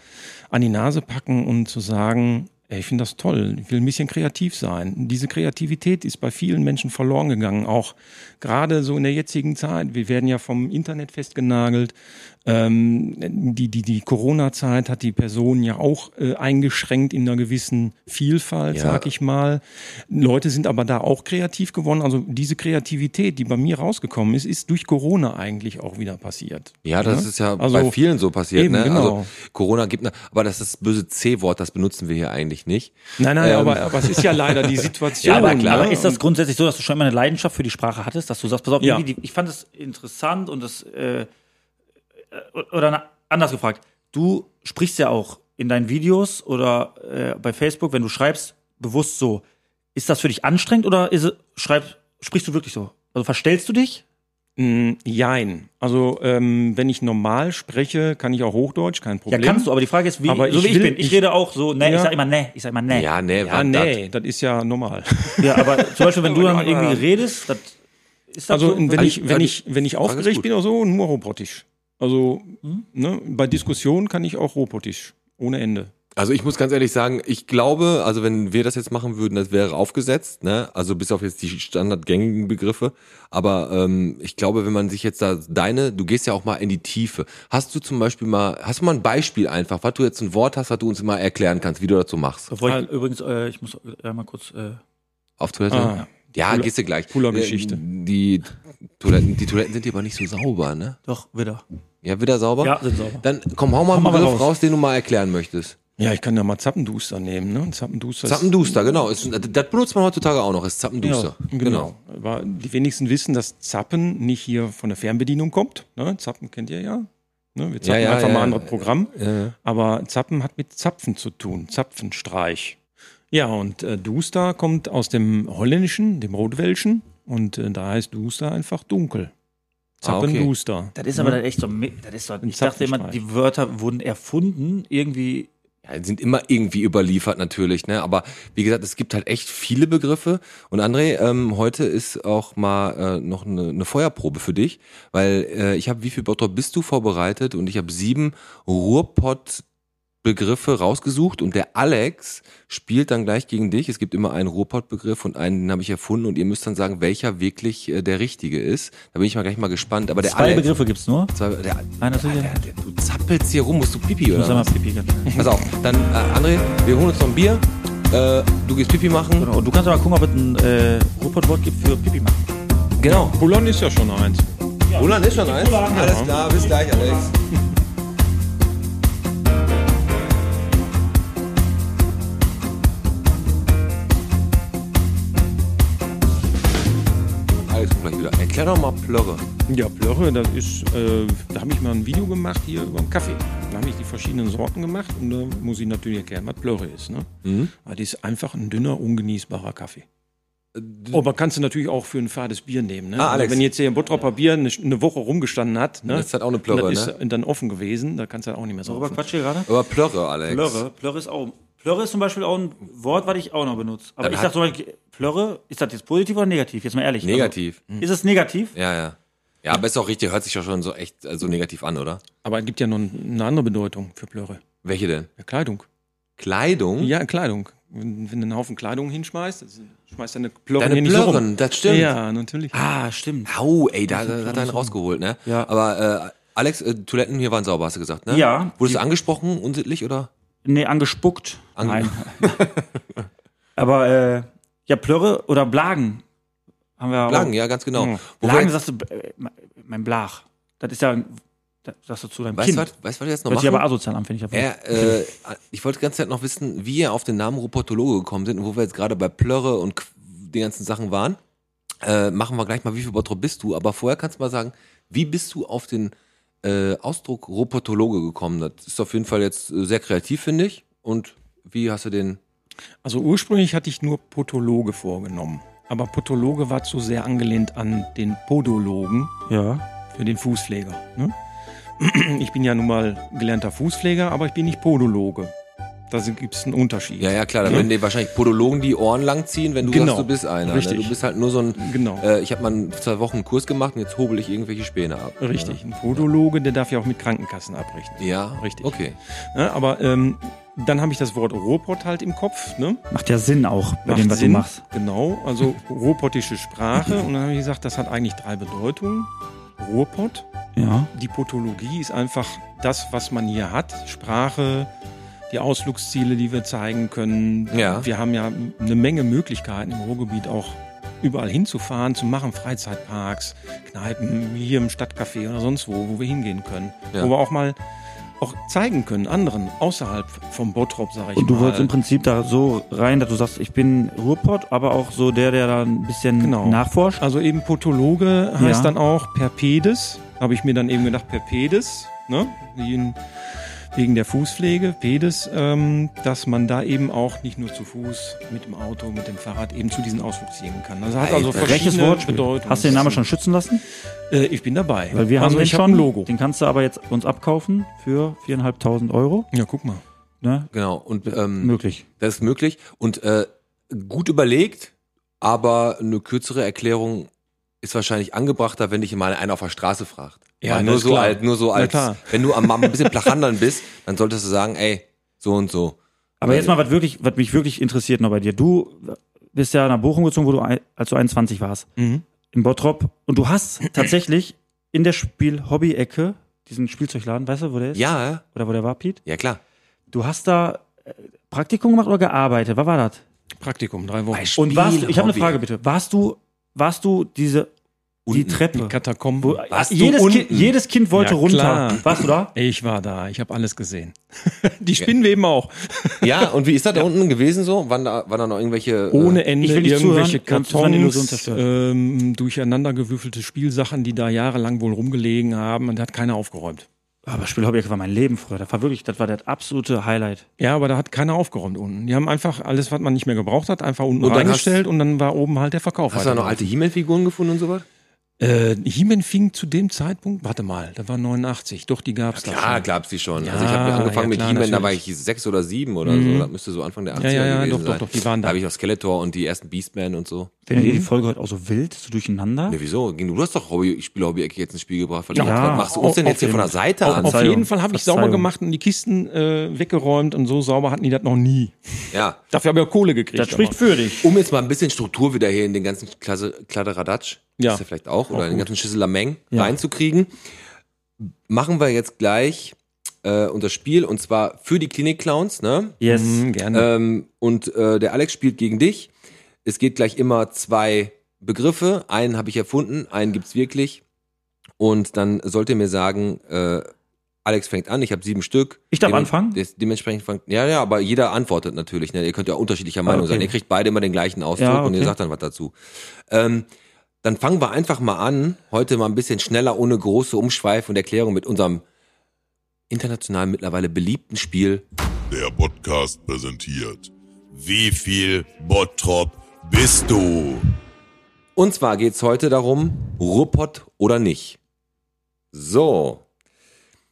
G: an die Nase packen und zu sagen, ey, ich finde das toll, ich will ein bisschen kreativ sein. Diese Kreativität ist bei vielen Menschen verloren gegangen, auch gerade so in der jetzigen Zeit. Wir werden ja vom Internet festgenagelt. Ähm, die die, die Corona-Zeit hat die Personen ja auch äh, eingeschränkt in einer gewissen Vielfalt,
A: Ja.
G: sag ich mal. Leute sind aber da auch kreativ geworden. Also diese Kreativität, die bei mir rausgekommen ist, ist durch Corona eigentlich auch wieder passiert.
A: Ja, das
G: Ne?
A: ist ja
G: Also-
A: bei vielen so passiert.
G: eben,
A: ne?
G: genau.
A: Also Corona gibt, ne- aber das ist das böse C-Wort, das benutzen wir hier eigentlich nicht.
G: Nein, nein,
A: Ähm.
G: aber, aber es ist ja leider die Situation.
B: Ja, aber,
G: ne?
B: aber ist das grundsätzlich so, dass du schon immer eine Leidenschaft für die Sprache hattest, dass du sagst, pass auf,
G: Ja.
B: irgendwie die, ich fand es interessant und das, äh, äh, oder na, anders gefragt, du sprichst ja auch in deinen Videos oder äh, bei Facebook, wenn du schreibst, bewusst so. Ist das für dich anstrengend oder ist, es- schreib, sprichst du wirklich so? Also verstellst du dich?
G: Mm, Jein. Also, ähm, wenn ich normal spreche, kann ich auch Hochdeutsch, kein Problem.
B: Ja, kannst du, aber die Frage ist, wie,
G: Aber
B: so
G: ich
B: wie ich
G: will-
B: bin. Ich,
G: ich-
B: rede auch so, ne, ich
G: Ja.
B: sag immer ne, ich sag immer ne.
A: Ja, nee,
G: Äh, Ja,
A: was dat?
G: nee, das ist ja normal.
B: Ja, aber zum Beispiel, wenn du dann
G: Aber-
B: irgendwie redest, das ist das
G: Also,
B: so,
G: wenn ich, wenn
A: also-
G: ich, wenn ich
A: Frage ist
G: aufgeregt
A: gut. Mhm.
G: bin oder so, nur robotisch. Also, ne, bei Diskussionen kann ich auch robotisch. Ohne Ende.
A: Also ich muss ganz ehrlich sagen, ich glaube, also wenn wir das jetzt machen würden, das wäre aufgesetzt, ne? Also bis auf jetzt die standardgängigen Begriffe. Aber ähm, ich glaube, wenn man sich jetzt da deine, du gehst ja auch mal in die Tiefe. Hast du zum Beispiel mal, hast du mal ein Beispiel einfach, was du jetzt ein Wort hast, was du uns mal erklären kannst, wie du dazu machst?
B: Bevor ich, übrigens, äh, ich muss äh, mal kurz. Äh,
A: Auf Toilette?
G: Ah.
A: ja,
G: Cooler-
A: gehst du gleich.
G: cooler
A: Äh,
G: Geschichte.
A: Die Toiletten, die Toiletten sind hier aber nicht so sauber, ne?
B: doch, wieder.
A: Ja, wieder sauber?
B: Ja, sind sauber.
A: Dann komm, hau mal einen
B: mal
A: Begriff
B: raus.
A: raus. den du mal erklären möchtest.
G: Ja, ich kann ja mal Zappenduster nehmen, ne? Zappenduster. ist-
A: Zappenduster, genau. Ist, das benutzt man heutzutage auch noch, ist Zappenduster.
G: Genau. Aber die wenigsten wissen, dass Zappen nicht hier von der Fernbedienung kommt. Ne? Zappen kennt ihr ja. Ne? Wir zappen
A: ja,
G: einfach
A: ja,
G: mal ein
A: ja.
G: anderes Programm.
A: Ja, ja.
G: Aber Zappen hat mit Zapfen zu tun, Zapfenstreich. Ja, und äh, Duster kommt aus dem Holländischen, dem Rotwelschen. Und äh, da heißt Duster einfach dunkel.
A: Ah, okay.
G: Zappenduster. ne?
B: Das ist aber dann echt so. mi- Das ist so ich dachte immer,
G: Zapfenstreich.
B: die Wörter wurden erfunden, irgendwie.
A: Ja, die sind immer irgendwie überliefert natürlich, ne? Aber wie gesagt, es gibt halt echt viele Begriffe. Und André, ähm, heute ist auch mal äh, noch eine, eine Feuerprobe für dich, weil äh, ich habe, wie viel Bottrop bist du vorbereitet? Und ich habe sieben Ruhrpott. Begriffe rausgesucht und der Alex spielt dann gleich gegen dich. Es gibt immer einen Ruhrpott-Begriff und einen, den habe ich erfunden und ihr müsst dann sagen, welcher wirklich äh, der richtige ist. Da bin ich mal gleich mal gespannt. Aber der
B: Zwei
A: Alex,
B: Begriffe gibt's nur.
A: Zwei, der,
B: Einer zu dir.
A: du zappelst hier rum, musst du Pipi
B: Muss
A: oder?
B: einmal
A: was?
B: Pipi gehen.
A: Pass auf, dann äh, André, wir holen uns noch ein Bier. Äh, du gehst Pipi machen.
B: Genau. Und du kannst aber gucken, ob es ein äh, Rupert-Wort gibt für Pipi machen.
A: Genau.
G: Poulon ist ja schon eins.
A: Roland ist schon eins. Alles klar, bis gleich, Alex. Alex kommt gleich wieder. Erklär doch mal Plörre.
G: Ja, Plörre, das ist, äh, da habe ich mal ein Video gemacht hier über den Kaffee. Da habe ich die verschiedenen Sorten gemacht und da muss ich natürlich erklären, was Plörre ist. Ne?
A: Mhm.
G: Aber das ist einfach ein dünner, ungenießbarer Kaffee. Oh, man kannst du natürlich auch für ein fades Bier nehmen. Ne?
A: Äh, Ah, Alex.
G: wenn jetzt hier ein Bottroper Bier eine, eine Woche rumgestanden hat, ne?
A: Dann ist das auch eine Plörre,
G: dann ist
A: ne?
G: dann offen gewesen, da kannst du auch nicht mehr
B: Worüber
G: saufen.
B: quatscht ihr gerade?
A: Aber Plörre, Alex.
B: Plörre. Plörre ist auch. Plörre ist zum Beispiel auch ein Wort, was ich auch noch benutze. Aber
A: Dann
B: ich
A: hat-
B: sag zum Beispiel, Plörre, ist das jetzt positiv oder negativ? Jetzt mal ehrlich.
A: Negativ.
B: Also, ist es negativ?
A: Ja, ja. Ja, aber ist auch richtig. Hört sich ja schon so echt äh, so negativ an, oder?
G: Aber es gibt ja noch eine andere Bedeutung für Plörre.
A: Welche denn?
G: Ja, Kleidung.
A: Kleidung? Hm?
G: Ja, Kleidung. Wenn, wenn du einen Haufen Kleidung hinschmeißt, das ist Schmeißt deine Plörren
A: Deine
G: hier nicht so rum.
A: Plörren, das stimmt.
G: Ja, natürlich.
B: Ah, stimmt.
A: Au, ey, da, da hat er einen rausgeholt, ne?
B: Ja.
A: Aber äh, Alex, äh, Toiletten hier waren sauber, hast du gesagt, ne?
B: Ja.
A: Wurdest du angesprochen, unsittlich oder?
B: Nee, angespuckt.
A: Ange-
B: Nein. Aber äh, ja, Plörre oder Blagen. Haben wir
A: Blagen,
B: auch.
A: ja, ganz
B: Hm.
A: genau. Wo wir
B: Blagen
A: jetzt,
B: sagst du, äh, mein Blach. Das ist ja, das sagst du zu deinem
A: weißt, du,
B: Kind.
A: was, weißt du, was wir jetzt noch
B: Hört sich aber
A: machen?
B: asozial an, finde ich. davon.
A: Er, äh, ich wollte die ganze Zeit noch wissen, wie ihr auf den Namen Ruportologe gekommen sind und wo wir jetzt gerade bei Plörre und Qu- den ganzen Sachen waren. Äh, machen wir gleich mal, wie viel Bottrop bist du? Aber vorher kannst du mal sagen, wie bist du auf den äh, Ausdruck Ruportologe gekommen? Das ist auf jeden Fall jetzt äh, sehr kreativ, finde ich. Und wie hast du den
G: Also ursprünglich hatte ich nur Potologe vorgenommen. Aber Potologe war zu sehr angelehnt an den Podologen
B: ja.
G: für den Fußpfleger. Ne? Ich bin ja nun mal gelernter Fußpfleger, aber ich bin nicht Podologe. Da gibt es einen Unterschied.
A: Ja, ja, klar, dann würden dir wahrscheinlich Podologen die Ohren langziehen, wenn du
G: Genau.
A: sagst, du bist einer. Ne?
G: Richtig.
A: Du bist halt nur so ein,
G: Genau.
A: äh, ich habe mal in zwei Wochen einen Kurs gemacht und jetzt hobel ich irgendwelche Späne ab. ne?
G: Richtig. Ein Podologe, der darf ja auch mit Krankenkassen abrechnen.
A: Ja,
G: Richtig.
A: Okay.
G: Ne? Aber ähm, dann habe ich das Wort Robot halt im Kopf. Ne?
B: Macht ja Sinn auch, bei
G: Macht
B: dem, was
G: Sinn.
B: du machst.
G: Genau, also robotische Sprache. Und dann habe ich gesagt, das hat eigentlich drei Bedeutungen. Ruhrpott,
B: Ja.
G: die Potologie ist einfach das, was man hier hat. Sprache, die Ausflugsziele, die wir zeigen können.
A: Ja.
G: Wir haben ja eine Menge Möglichkeiten im Ruhrgebiet auch überall hinzufahren, zu machen, Freizeitparks, Kneipen, wie hier im Stadtcafé oder sonst wo, wo wir hingehen können.
A: Ja.
G: Wo wir auch mal auch zeigen können, anderen außerhalb vom Bottrop, sage ich
B: Und du
G: mal.
B: wolltest im Prinzip da so rein, dass du sagst, ich bin Ruhrpott, aber auch so der, der da ein bisschen
G: Genau.
B: nachforscht.
G: Also eben Potologe heißt
B: Ja.
G: dann auch Perpedes. Habe ich mir dann eben gedacht, Perpedes, ne? Wie in, wegen der Fußpflege, Pedes, ähm, dass man da eben auch nicht nur zu Fuß, mit dem Auto, mit dem Fahrrad eben zu diesen Ausflugszielen kann. Also hat
A: Ey,
G: also
A: rechtes
B: Rechtes
G: verschiedene
B: Wort.
G: Bedeutungen.
B: Hast du den Namen schon schützen lassen?
G: Äh, ich bin dabei.
B: Weil wir
G: also
B: haben den
G: ich
B: schon.
G: hab ein Logo.
B: Den kannst du aber jetzt uns abkaufen für 4.500 Euro.
G: Ja, guck mal.
B: Ne?
A: Genau. Und ähm,
B: Möglich.
A: das ist möglich. Und äh, gut überlegt, aber eine kürzere Erklärung ist wahrscheinlich angebrachter, wenn dich mal einer auf der Straße fragt.
G: Ja,
A: Mal
G: na,
A: nur
G: ist
A: so
G: klar.
A: alt, nur so
G: Na
A: als,
G: klar.
A: wenn du am am ein bisschen plachandern bist, dann solltest du sagen, ey, so und so.
B: Aber jetzt mal, was wirklich, was mich wirklich interessiert noch bei dir. Du bist ja nach Bochum gezogen, wo du ein, als du 21 warst,
G: Mhm.
B: im Bottrop. Und du hast tatsächlich in der Spiel-Hobby-Ecke diesen Spielzeugladen, weißt du, wo der ist?
A: Ja,
B: Oder wo der war, Piet?
A: ja klar.
B: Du hast da äh, Praktikum gemacht oder gearbeitet? Was war das?
G: Praktikum, drei Wochen.
B: Und warst du, ich habe eine
A: Hobby.
B: Frage bitte. Warst du, warst du diese, die
A: Unten.
B: Treppe?
G: Katakomben.
A: Warst du
B: jedes,
A: unten?
B: kind, jedes Kind wollte
G: Ja,
B: runter.
G: klar.
B: Warst du da?
G: Ich war da, ich habe alles gesehen. die Spinnweben auch.
A: Ja, und wie ist das da unten gewesen so? Waren da, waren da noch irgendwelche.
G: ohne
A: Äh,
G: Ende
B: ich will nicht
G: irgendwelche
B: zuhören, sonst ist meine Illusion
G: Kartons,
B: zerstört.
G: ähm, durcheinandergewürfelte Spielsachen, die da jahrelang wohl rumgelegen haben und da hat keiner aufgeräumt.
B: Aber Spielhobby-Ecke war mein Leben früher. Das war wirklich, das war das absolute Highlight.
G: Ja, aber da hat keiner aufgeräumt unten. Die haben einfach alles, was man nicht mehr gebraucht hat, einfach unten
A: Und dann
G: reingestellt und dann war oben halt der Verkauf.
A: hast du da noch alte He-Man-Figuren gefunden und sowas?
G: Äh, He-Man fing zu dem Zeitpunkt, warte mal, das war 89, doch, die gab's da
A: Klar,
G: schon.
A: gab's die schon.
G: Ja,
A: also ich habe angefangen
G: ja,
A: mit
G: klar,
A: He-Man, da war ich
G: natürlich. Mhm.
A: sechs oder sieben oder so. Das müsste so Anfang der 80er
G: Ja, ja, ja,
A: gewesen
G: doch, doch,
A: sein.
G: doch, die waren da.
A: habe ich noch Skeletor und die ersten Beastman und so.
B: Findet ihr die Folge heute auch so wild, so durcheinander?
A: Ne, wieso? Ging- Du hast doch Hobby, ich spiele Hobby Ecke jetzt ins Spiel gebracht. verdammt. Was
B: Ja,
A: machst du uns denn
B: auf
A: jetzt hier von der
B: jeden-
A: Seite
B: auf-
A: an?
G: Auf
B: Verzeihung,
G: jeden Fall habe ich sauber
B: Verzeihung.
G: gemacht und die Kisten äh, weggeräumt und so sauber hatten die das noch nie.
A: ja.
G: Dafür habe ich auch Kohle gekriegt.
B: Das spricht für dich.
A: Um jetzt mal ein bisschen Struktur wieder hier in den ganzen Klasse, Kladderadatsch,
G: Ja.
A: ist ja vielleicht auch, oder in den ganzen Schisselameng
B: Ja.
A: reinzukriegen, machen wir jetzt gleich äh, unser Spiel und zwar für die Klinik-Clowns, ne?
B: Yes.
G: Mhm, gerne.
A: Ähm, und äh, der Alex spielt gegen dich. Es geht gleich immer zwei Begriffe. Einen habe ich erfunden, einen gibt's wirklich. Und dann sollt ihr mir sagen, äh, Alex fängt an, ich habe sieben Stück.
B: Ich darf anfangen?
A: Des, dementsprechend fängt, ja, ja, aber jeder antwortet natürlich. Ne? Ihr könnt ja unterschiedlicher Meinung
B: Ah, okay.
A: sein. Ihr kriegt beide immer den gleichen Ausdruck
B: Ja,
A: und ihr
B: okay.
A: sagt dann was dazu. Ähm, dann fangen wir einfach mal an, heute mal ein bisschen schneller, ohne große Umschweife und Erklärung mit unserem international mittlerweile beliebten Spiel
H: Der Podcast präsentiert. Wie viel Bottrop bist du?
A: Und zwar geht's heute darum, Ruhrpott oder nicht. So,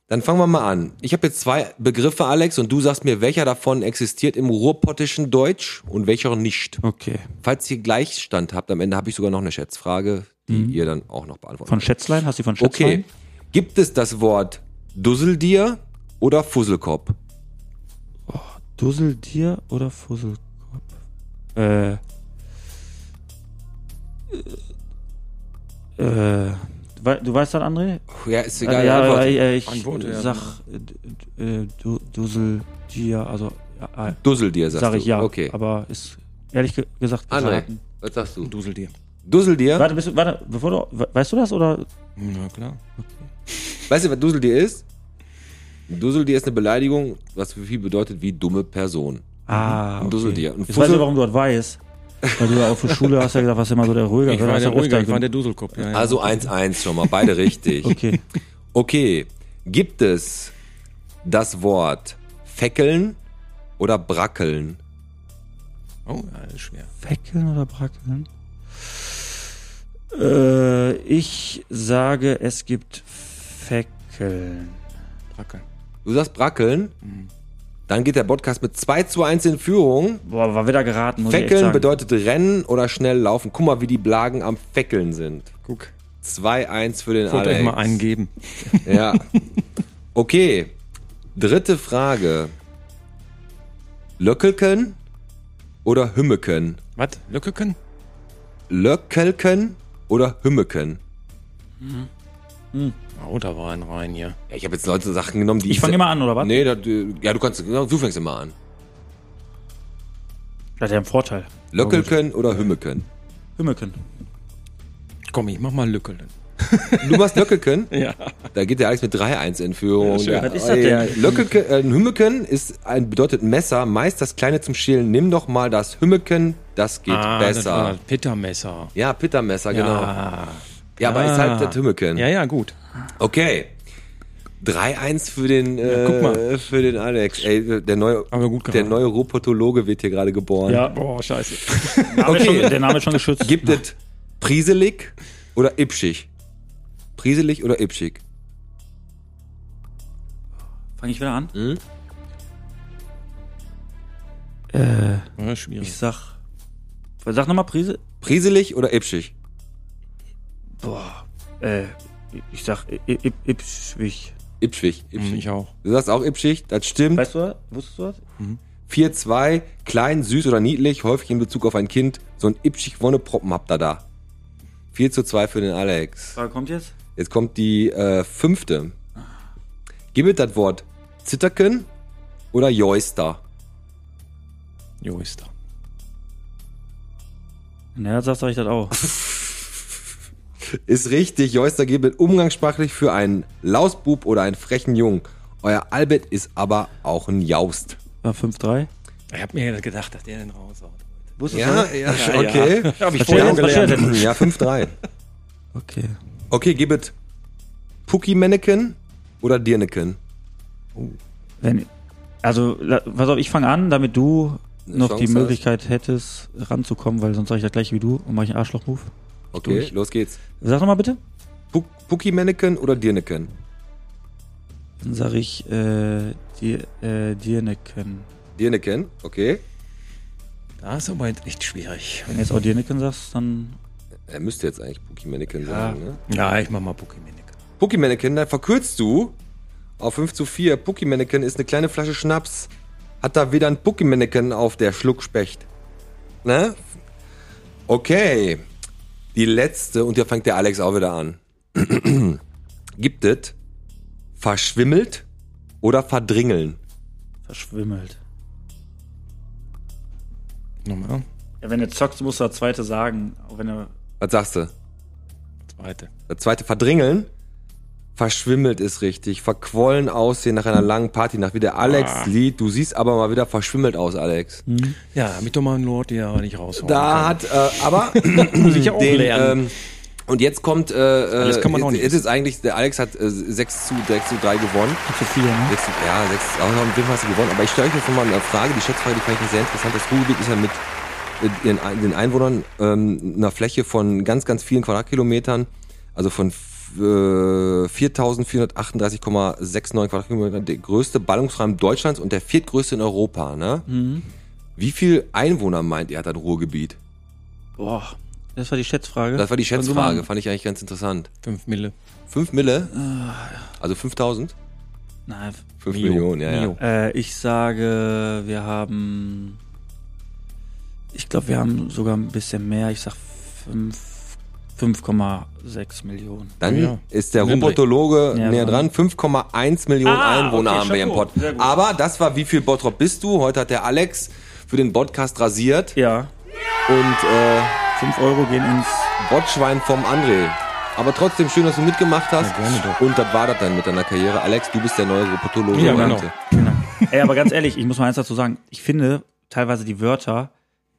A: dann fangen wir mal an. Ich habe jetzt zwei Begriffe, Alex, und du sagst mir, welcher davon existiert im ruhrpottischen Deutsch und welcher nicht.
B: Okay.
A: Falls ihr Gleichstand habt, am Ende habe ich sogar noch eine Schätzfrage, die ihr dann auch noch beantworten
B: Mhm. Von
A: könnt.
B: Schätzlein? Hast du die von Schätzlein?
A: Okay, gibt es das Wort Dusseldier oder Fusselkopf?
B: Dusseldier oder Fusselkopf? Äh, Äh, du wei- du weißt das, André?
A: Ja, ist
B: Äh,
A: egal.
B: ja,
A: Antwort.
B: äh, äh, ich
G: Antwort, ja.
B: sag äh, d- äh, du, Dussel, dir, also ja, äh,
A: Dussel dir, sagst
B: sag ich
A: du.
B: ja.
A: Okay.
B: Aber ist ehrlich ge gesagt
A: André,
B: geraten.
A: was sagst du?
G: Dusel dir.
A: Dussel dir?
B: Warte, bist du, warte, bevor du, we- weißt du das
A: Mhm.
B: oder?
G: Na Hm, klar.
A: Weißt du, was Dussel dir ist? Dussel dir ist eine Beleidigung, was so viel bedeutet wie dumme Person.
B: Ah, okay.
A: Dussel dir. Ein
B: Jetzt weiß ich,
A: Fussel-
B: warum du das weißt. Weil du ja auf der Schule hast ja gesagt, warst immer so der Ruhiger.
G: Ich
B: Du
G: war
B: hast
G: der
B: ja öfter
G: Ruhiger, ich war
B: gem-
G: der Duselkopf. Ja, ja.
A: Also 1-1 schon mal, beide richtig.
B: Okay.
A: Okay, gibt es das Wort feckeln oder brackeln?
G: Oh, ja, das ist schwer.
B: Feckeln oder brackeln? Äh, ich sage, es gibt Feckeln.
G: Bracke.
A: Du sagst brackeln,
B: Mhm.
A: dann geht der Podcast mit 2 zu 1 in Führung.
B: Boah, war wieder geraten, muss ich echt
A: Feckeln
B: sagen.
A: bedeutet rennen oder schnell laufen. Guck mal, wie die Blagen am Feckeln sind.
G: Guck.
A: 2-1 für den
G: Ich wollte
A: Alex.
G: euch mal eingeben.
A: Ja. Okay, dritte Frage. Löckelken oder Hümmeken?
G: Was? Lückeken?
A: Löckelken oder Hümmeken?
G: Oh, da war ein rein hier.
A: Ja, ich habe jetzt Leute Sachen genommen, die
B: Ich fange immer an, oder was?
A: Nee, das, äh, ja, du kannst, genau, du fängst immer an.
B: Das hat ja einen Vorteil.
A: Löckel
B: Oh,
A: können oder Hümme können.
B: Hümmeken.
G: Komm, ich mach mal Lückelen.
A: Du machst Löckel können,
G: Ja.
A: da geht der Alex mit 3-1 in Führung.
G: Ja, schön.
A: Ja,
B: Was ist das denn?
A: Löckelken, äh, ein Hümmeken ist ein, bedeutet Messer, meist das kleine zum Schälen. Nimm doch mal das Hümmeken, das geht
B: Ah,
G: Das war
A: besser.
G: das Pittermesser.
A: Ja, Pittermesser, genau.
G: Ah.
A: Ja, aber ist halt
G: Ah.
A: das Hümmeken.
G: Ja, ja, gut.
A: Okay. 3-1 für den, äh,
G: guck mal.
A: für den Alex. Ey, der neue,
G: Aber gut
A: der
G: geraten.
A: neue Robotologe wird hier gerade geboren.
G: Boah, scheiße.
B: Name ist
A: Okay.
B: schon, der Name ist schon geschützt.
A: Gibt es Priselig oder Ipschig? Priselig oder Ipschig?
B: Fange ich wieder an?
A: Hm?
G: Ja,
B: Ich
G: schwierig.
B: sag. Sag nochmal Prise.
A: Priselig oder Ipschig?
B: Boah. Äh, ich sag I- I- Ipswich.
A: Ipschig.
G: Hm, Ich,
A: Ipschig.
G: auch.
A: Du sagst auch Ipschig, das stimmt.
B: Weißt du was? Wusstest du was?
A: 4-2, klein, süß oder niedlich, häufig in Bezug auf ein Kind. So ein Ipschig Wonneproppen habt ihr da. 4 zu 2 für den Alex.
B: Frage kommt jetzt?
A: Jetzt kommt die äh, fünfte. Gib mir das Wort Zitterken oder Joister.
G: Jo, ist da.
B: Na, dann sagst du, ich das auch.
A: Ist richtig, Joister geht mit umgangssprachlich für einen Lausbub oder einen frechen Jungen. Euer Albert ist aber auch ein Jaust.
B: War 5-3.
G: Ich hab mir gedacht, dass der den raushaut.
B: Wusstest
A: Ja,
B: du
A: ja, okay.
G: Hab ich
B: Was steht
G: vorher
B: denn? Was steht
G: gelernt.
B: denn?
A: Ja, 5-3.
B: Okay.
A: Okay, gib es Puki Manneken oder Dirneken?
B: Wenn, also, la- pass auf, ich fange an, damit du noch
A: Chance
B: die
A: hast.
B: Möglichkeit hättest, ranzukommen, weil sonst sage ich das gleiche wie du und mache ich einen Arschloch-Move.
A: Okay,
B: Durch.
A: los geht's.
B: Sag nochmal bitte.
A: Puk Puki Manneken oder Dirneken?
B: Dann sag ich, äh, dir, äh, dir ne können.
A: Dirneken, okay.
G: Das ist aber jetzt echt schwierig.
B: Wenn du jetzt auch dir ne können sagst, dann
A: Er müsste jetzt eigentlich Puki Manneken sagen, ne?
G: Ja, ich mach mal Pokémon.
A: Puki Manneken, dann verkürzt du auf 5 zu 4. Puki Manneken ist eine kleine Flasche Schnaps. Hat da wieder ein Puki Manneken auf der Schluckspecht. Ne? Okay. Die letzte, und hier fängt der Alex auch wieder an. Gibt es verschwimmelt oder verdringeln?
B: verschwimmelt.
G: Nochmal.
B: Ja, wenn du zockst, musst du das zweite sagen. Auch wenn du.
A: Was sagst du?
G: Zweite.
A: Das zweite Verdringeln. Verschwimmelt ist richtig. Verquollen aussehen nach einer langen Partynacht. Wie der Alex Lied. Du siehst aber mal wieder verschwimmelt aus, Alex.
G: Ja, hab ich doch mal einen Lord, der nicht raushaut.
A: Da hat, äh, aber
G: muss ich ja auch
A: den,
G: lernen.
A: ähm, und jetzt kommt, äh,
G: Alles kann man
A: jetzt,
G: auch nicht
A: jetzt ist eigentlich, der Alex hat äh, 6 zu 6 zu 3 gewonnen.
B: Zu viel, ne?
A: 6 zu, ja, 6 zu, aber mit dem hast du gewonnen. Aber ich stelle euch jetzt nochmal eine Frage, die Schätzfrage, die fand ich sehr interessant. Das Ruhrgebiet ist ja mit äh, ihren, Ein- den Einwohnern ähm, einer Fläche von ganz, ganz vielen Quadratkilometern, also von f- äh, 4.438,69 Quadratkilometern, der größte Ballungsraum Deutschlands und der viertgrößte in Europa. Ne?
G: Mhm.
A: Wie viel Einwohner meint ihr hat das Ruhrgebiet?
B: Boah. Das war die
G: Ne?
B: Schätzfrage.
A: Das war die
B: Kannst du mal
A: Schätzfrage, fand ich eigentlich ganz interessant.
G: Fünf Mille.
A: 5 Mille?
G: Ah,
A: Also 5000?
B: an- Nein.
A: 5
G: Mio.
A: Millionen, ja,
G: Mio.
A: ja.
B: Äh, ich sage, wir haben. Ich glaube, wir haben sogar ein bisschen mehr. Ich sag fünf. 5,6 Millionen.
A: Dann
G: Ja.
A: ist der Robotologe
B: Ja,
A: näher
B: Mann.
A: dran. 5,1 Millionen
B: Ah,
A: Einwohner
B: okay,
A: haben wir im
B: Chapeau.
A: Pott.
B: Sehr gut.
A: Aber das war wie viel Bottrop bist du? Heute hat der Alex für den Podcast rasiert
B: Ja,
A: und äh,
B: 5 Euro gehen ins.
A: Botschwein vom André. Aber trotzdem schön, dass du mitgemacht hast. und das war das dann mit deiner Karriere. Alex, du bist der neue Robotologe.
G: Ja,
A: heute.
G: genau.
B: Ey, aber ganz ehrlich, ich muss mal eins dazu sagen. Ich finde teilweise die Wörter,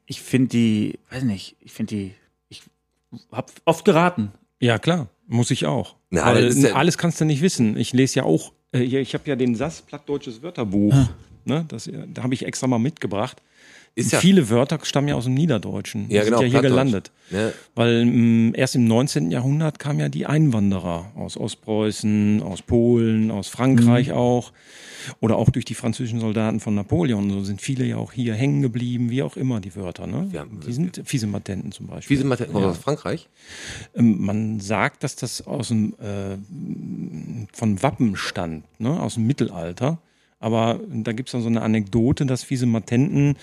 B: ich finde die, weiß nicht, ich finde die, ich habe oft geraten.
G: Ja, klar, muss ich auch.
A: Na,
G: Aber
A: das ist ja-
G: alles kannst du nicht wissen. Ich lese ja auch, äh, hier, ich habe ja den SAS Plattdeutsches Wörterbuch. Ne? Das, äh, da habe ich extra mal mitgebracht.
A: Ist
G: Und
A: ja,
G: Viele Wörter stammen ja aus dem Niederdeutschen. Die
A: Ja, genau,
G: sind ja hier
A: Plattdeutsch.
G: gelandet.
A: ne,
G: Weil ähm, erst im 19. Jahrhundert kamen ja die Einwanderer aus Ostpreußen, aus Polen, aus Frankreich auch. Oder auch durch die französischen Soldaten von Napoleon. So sind viele ja auch hier hängen geblieben, wie auch immer die Wörter. Ne?
A: Ja,
G: die sind fiese Matenten zum Beispiel.
A: wie sind wir aus Frankreich?
G: Ähm, Man sagt, dass das aus dem, äh, von Wappen stammt, ne? aus dem Mittelalter. Aber da gibt es dann so eine Anekdote, dass fiese Matenten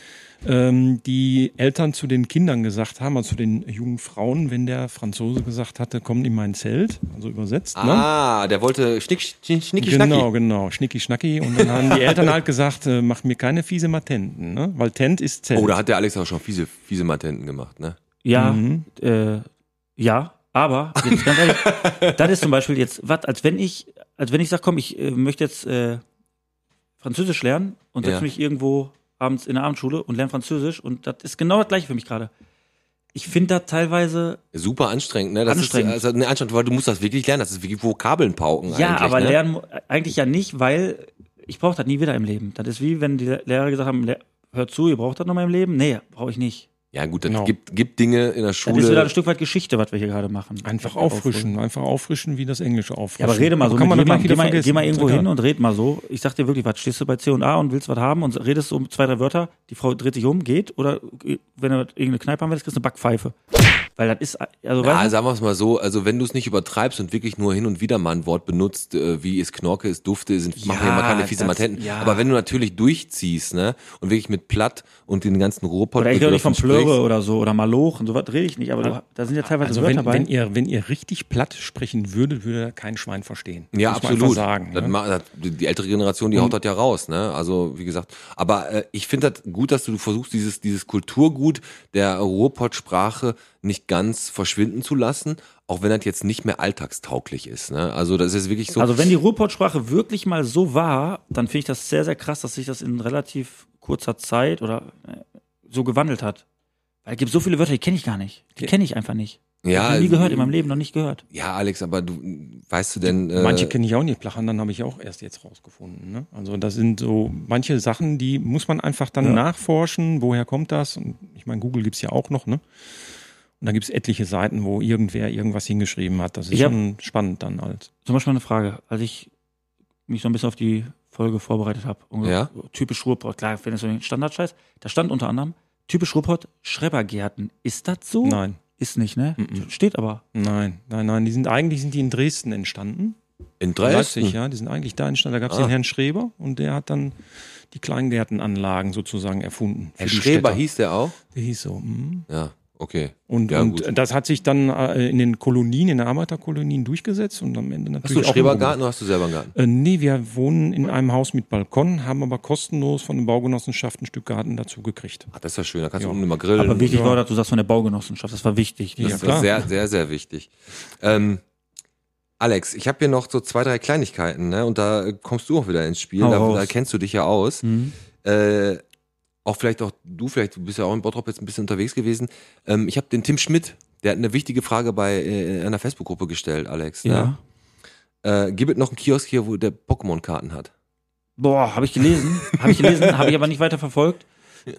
G: ähm, die Eltern zu den Kindern gesagt haben, also zu den jungen Frauen, wenn der Franzose gesagt hatte, kommt in mein Zelt, also übersetzt. ne?
A: Ah, der wollte schnick, schnick, schnicki,
G: Genau,
A: schnacki.
G: genau, schnicki schnacki. Und dann haben die Eltern halt gesagt, äh, mach mir keine fiese Matenten, ne? weil Tent ist Zelt.
A: Oh, da hat der Alex auch schon fiese, fiese Matenten gemacht, ne?
B: Ja, äh, ja, aber jetzt ganz ehrlich, das ist zum Beispiel jetzt, was, als wenn ich, als wenn ich sage, komm, ich äh, möchte jetzt äh, Französisch lernen und setze
A: Ja.
B: mich irgendwo abends in der Abendschule und lerne Französisch und das ist genau das gleiche für mich gerade. Ich finde das teilweise,
A: Super anstrengend, ne? Das
B: Anstrengend.
A: Ist, also, ne, anstrengend, weil du musst das wirklich lernen. Das ist wirklich Vokabeln pauken
B: ja,
A: eigentlich,
B: aber
A: ne?
B: lernen mu- eigentlich ja nicht, weil ich brauche das nie wieder im Leben. Das ist wie, wenn die Lehrer gesagt haben, "Le- hört zu, ihr braucht das noch mal im Leben. Nee, brauche ich nicht.
A: Ja, gut, das
G: Genau.
A: gibt, gibt Dinge in der
B: Das ist wieder ein
A: Schule.
B: Stück weit Geschichte, was wir hier gerade machen.
G: Einfach
B: Was wir
G: auffrischen, einfach auffrischen, wie das Englische
B: Ja,
G: auffrischen.
B: aber rede mal so. mit
G: Kann man doch
B: jemand,
G: gleich wieder
B: geh, mal,
G: vergessen.
B: geh mal irgendwo
G: Ist
B: hin
G: egal.
B: und red mal so. Ich sag dir wirklich, was stehst du bei C&A und willst was haben und redest so zwei, drei Wörter, die Frau dreht sich um, geht oder äh, wenn du irgendeine Kneipe haben willst, kriegst du eine Backpfeife. Weil das ist, also
A: Ja,
B: weißt
A: sagen wir es mal so, also wenn du es nicht übertreibst und wirklich nur hin und wieder mal ein Wort benutzt, äh, wie es Knorke, es Dufte, sind, machen ja mal keine fiese
B: das-
A: Matenten.
B: ja.
A: Aber wenn du natürlich durchziehst, ne, und wirklich mit Platt und den ganzen Ruhrpott
B: oder ich rede nicht von Plöre oder so oder Maloch und sowas rede ich nicht, aber du, da sind ja teilweise
G: Also
B: Wörter
G: wenn,
B: bei.
G: wenn, ihr, wenn ihr richtig platt sprechen würdet, würde da kein Schwein verstehen.
A: Ja,
G: Muss man
A: absolut.
G: einfach sagen,
A: das
G: ne?
A: ma- das, die ältere Generation, die haut das ja raus, ne? Also, wie gesagt. Aber äh, ich finde das gut, dass du versuchst, dieses, dieses Kulturgut der Ruhrpott-Sprache nicht ganz verschwinden zu lassen, auch wenn das jetzt nicht mehr alltagstauglich ist. Ne? Also, das ist wirklich so.
B: also wenn die Ruhrpott-Sprache wirklich mal so war, dann finde ich das sehr, sehr krass, dass sich das in relativ kurzer Zeit oder äh, so gewandelt hat. Weil es gibt so viele Wörter, die kenne ich gar nicht. Die kenne ich einfach nicht.
A: ja,
B: Hab
G: also
B: ich nie gehört, in meinem Leben noch nicht gehört.
A: Ja, Alex, aber du weißt du denn. Äh,
G: Manche kenne ich auch nicht, Plachandern habe ich auch erst jetzt rausgefunden. Ne? Also das sind so manche Sachen, die muss man einfach dann nachforschen, woher kommt das? Und ich meine, Google gibt's ja auch noch, ne? Und da gibt's etliche Seiten, wo irgendwer irgendwas hingeschrieben hat. Das ist
B: Ich hab-
G: schon spannend dann als.
B: Zum Beispiel eine Frage, als ich mich so ein bisschen auf die Folge vorbereitet habe. und
A: Ja.
B: Typisch Ruhrpott, klar, wenn es so den Standardscheiß. Da stand unter anderem, typisch Ruhrpott, Schrebergärten. Ist das so?
G: Nein.
B: Ist nicht, ne?
G: Mhm.
B: Steht aber.
G: Nein, nein, nein. Die sind eigentlich sind die in Dresden entstanden.
A: in
G: Leipzig,
A: Dresden.
G: ja. Die sind eigentlich da entstanden. Da gab es
A: Ah.
G: den Herrn Schreber und der hat dann die Kleingärtenanlagen sozusagen erfunden. für
A: Herr
G: die
A: Schreber
G: Städter.
A: hieß der auch?
G: Der hieß so. mhm.
A: Ja, okay.
G: Und,
A: Ja, gut.
G: und das hat sich dann äh, in den Kolonien, in den Arbeiterkolonien durchgesetzt und am Ende
A: Hast du
G: natürlich.
A: einen
G: auch im
A: Schrebergarten oder hast du selber einen Garten?
G: Ruhrgebiet. Äh, nee, wir wohnen in einem Haus mit Balkon, haben aber kostenlos von der Baugenossenschaft ein Stück Garten dazu gekriegt.
A: Ach, Ah, das ist ja schön, da kannst du
G: Ja.
A: unten immer grillen.
B: Aber wichtig
G: ja.
B: war, dass du sagst von der Baugenossenschaft. Das war wichtig.
G: Ja,
A: Das war
G: klar.
A: sehr, sehr, sehr wichtig. Ähm, Alex, ich habe hier noch so zwei, drei Kleinigkeiten, ne? Und da kommst du auch wieder ins Spiel.
B: Hau
A: Da,
B: raus.
A: da kennst du dich ja aus.
B: Mhm.
A: Äh, auch vielleicht auch du, vielleicht du bist ja auch in Bottrop jetzt ein bisschen unterwegs gewesen. Ähm, ich habe den Tim Schmidt, der hat eine wichtige Frage bei äh, einer Facebook-Gruppe gestellt, Alex.
B: Ja.
A: Ne? Äh, gibt es noch einen Kiosk hier, wo der Pokémon-Karten hat?
B: Boah, habe ich gelesen. habe ich gelesen, habe ich aber nicht weiter verfolgt.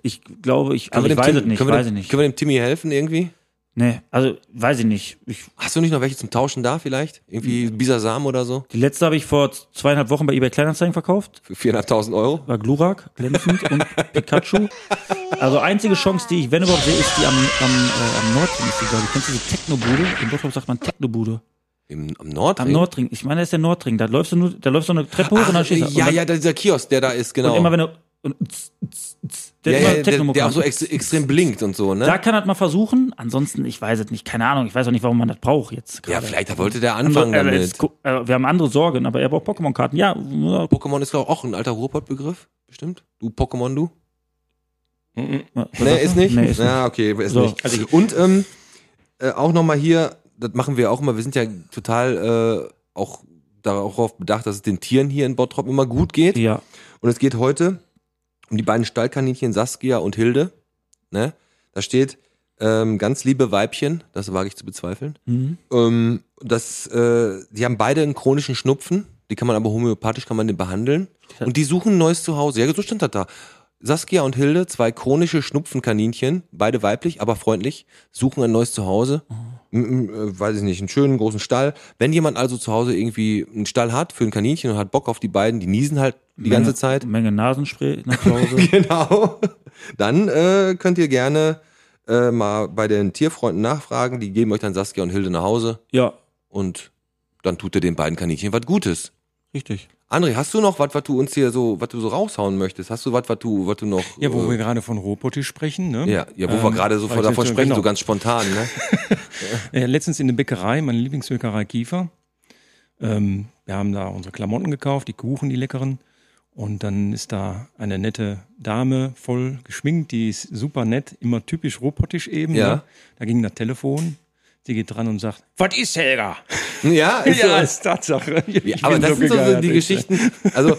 B: Ich glaube, ich, also
A: wir
B: ich
A: dem
B: weiß
A: Tim-
B: es nicht,
A: können wir
B: weiß
A: dem,
B: ich nicht.
A: Können wir dem Timmy helfen irgendwie?
B: Nee, also weiß ich nicht. Ich,
A: Hast du nicht noch welche zum Tauschen da vielleicht?
B: Hm.
A: Irgendwie Bisasam oder so?
B: die letzte habe ich vor zweieinhalb Wochen bei eBay Kleinanzeigen verkauft.
A: Für 400.000 Euro?
B: war Glurak, glänzend und Pikachu. Also einzige Chance, die ich, wenn überhaupt sehe, ist die am, am, äh, am Nordring. Ist die, glaube ich. Kennst du diese Technobude? In Bottrop sagt man Technobude.
A: Im, am Nordring?
B: Am Nordring. Ich meine, das ist der Nordring. Da läufst du nur, da läufst du eine Treppe hoch und dann
A: Ach,
B: stehst du.
A: ja,
B: und dann,
A: ja, da- dieser Kiosk, der da ist, genau.
B: Und immer wenn du und, tz, tz, tz,
A: Ja,
B: Der, hat immer
A: ja, der,
B: Techno-Mucke
A: der auch so
B: gemacht.
A: ex, extrem blinkt und so, ne?
B: da kann er halt mal versuchen. Ansonsten, ich weiß es nicht. Keine Ahnung. Ich weiß auch nicht, warum man das braucht jetzt.
A: ja,
B: gerade.
A: vielleicht wollte der
B: Andere-
A: anfangen
B: äh,
A: damit.
B: jetzt gu- äh, wir haben andere Sorgen, aber er braucht Pokémon-Karten. Ja, äh,
A: Pokémon ist glaube ich auch ein alter Ruhrpott-Begriff, bestimmt. Du Pokémon, du? Nee, ist nicht?
B: Nee, ist
A: ja, okay, ist
B: So.
A: nicht. und ähm, äh, auch nochmal hier, das machen wir auch immer, wir sind ja total äh, auch darauf bedacht, dass es den Tieren hier in Bottrop immer gut geht.
B: Ja.
A: Und es geht heute um die beiden Stallkaninchen Saskia und Hilde. Ne? Da steht ähm, ganz liebe Weibchen, das wage ich zu bezweifeln.
B: Mhm.
A: Ähm, das, äh, die haben beide einen chronischen Schnupfen, die kann man aber homöopathisch kann man den behandeln. Und die suchen ein neues Zuhause. Ja, so stand das da. Saskia und Hilde, zwei chronische Schnupfenkaninchen, beide weiblich, aber freundlich, suchen ein neues Zuhause. M- m- äh, Weiß ich nicht, einen schönen großen Stall. Wenn jemand also zu Hause irgendwie einen Stall hat für ein Kaninchen und hat Bock auf die beiden, die niesen halt die
B: Mhm.
A: ganze Zeit,
B: Menge Nasenspray nach Hause.
A: genau. Dann äh, könnt ihr gerne äh, mal bei den Tierfreunden nachfragen. Die geben euch dann Saskia und Hilde nach Hause
B: ja,
A: und dann tut ihr den beiden Kaninchen was Gutes.
B: richtig.
A: André, hast du noch was, was du uns hier so, was du so raushauen möchtest? Hast du was, was du, was du noch?
G: Ja, wo
A: äh,
G: wir gerade von Ruhrpotti sprechen, ne?
A: ja, ja, wo wir
G: Ähm,
A: gerade so
G: weil ich
A: davon
G: jetzt-
A: sprechen,
G: genau.
A: so ganz spontan, ne?
G: Äh, letztens in der Bäckerei, meine Lieblingsbäckerei Kiefer. Ähm, wir haben da unsere Klamotten gekauft, die Kuchen, die leckeren. Und dann ist da eine nette Dame, voll geschminkt, die ist super nett, immer typisch robotisch eben.
A: Ja.
G: Ne? Da ging das Telefon, sie geht dran und sagt, was ist Helga?
A: ne? ja, ist so.
G: ja, ist Tatsache.
A: Ja,
G: Ich
A: aber
G: bin
A: das sind so, so
G: gegeiert,
A: die
G: echt.
A: Geschichten. Also,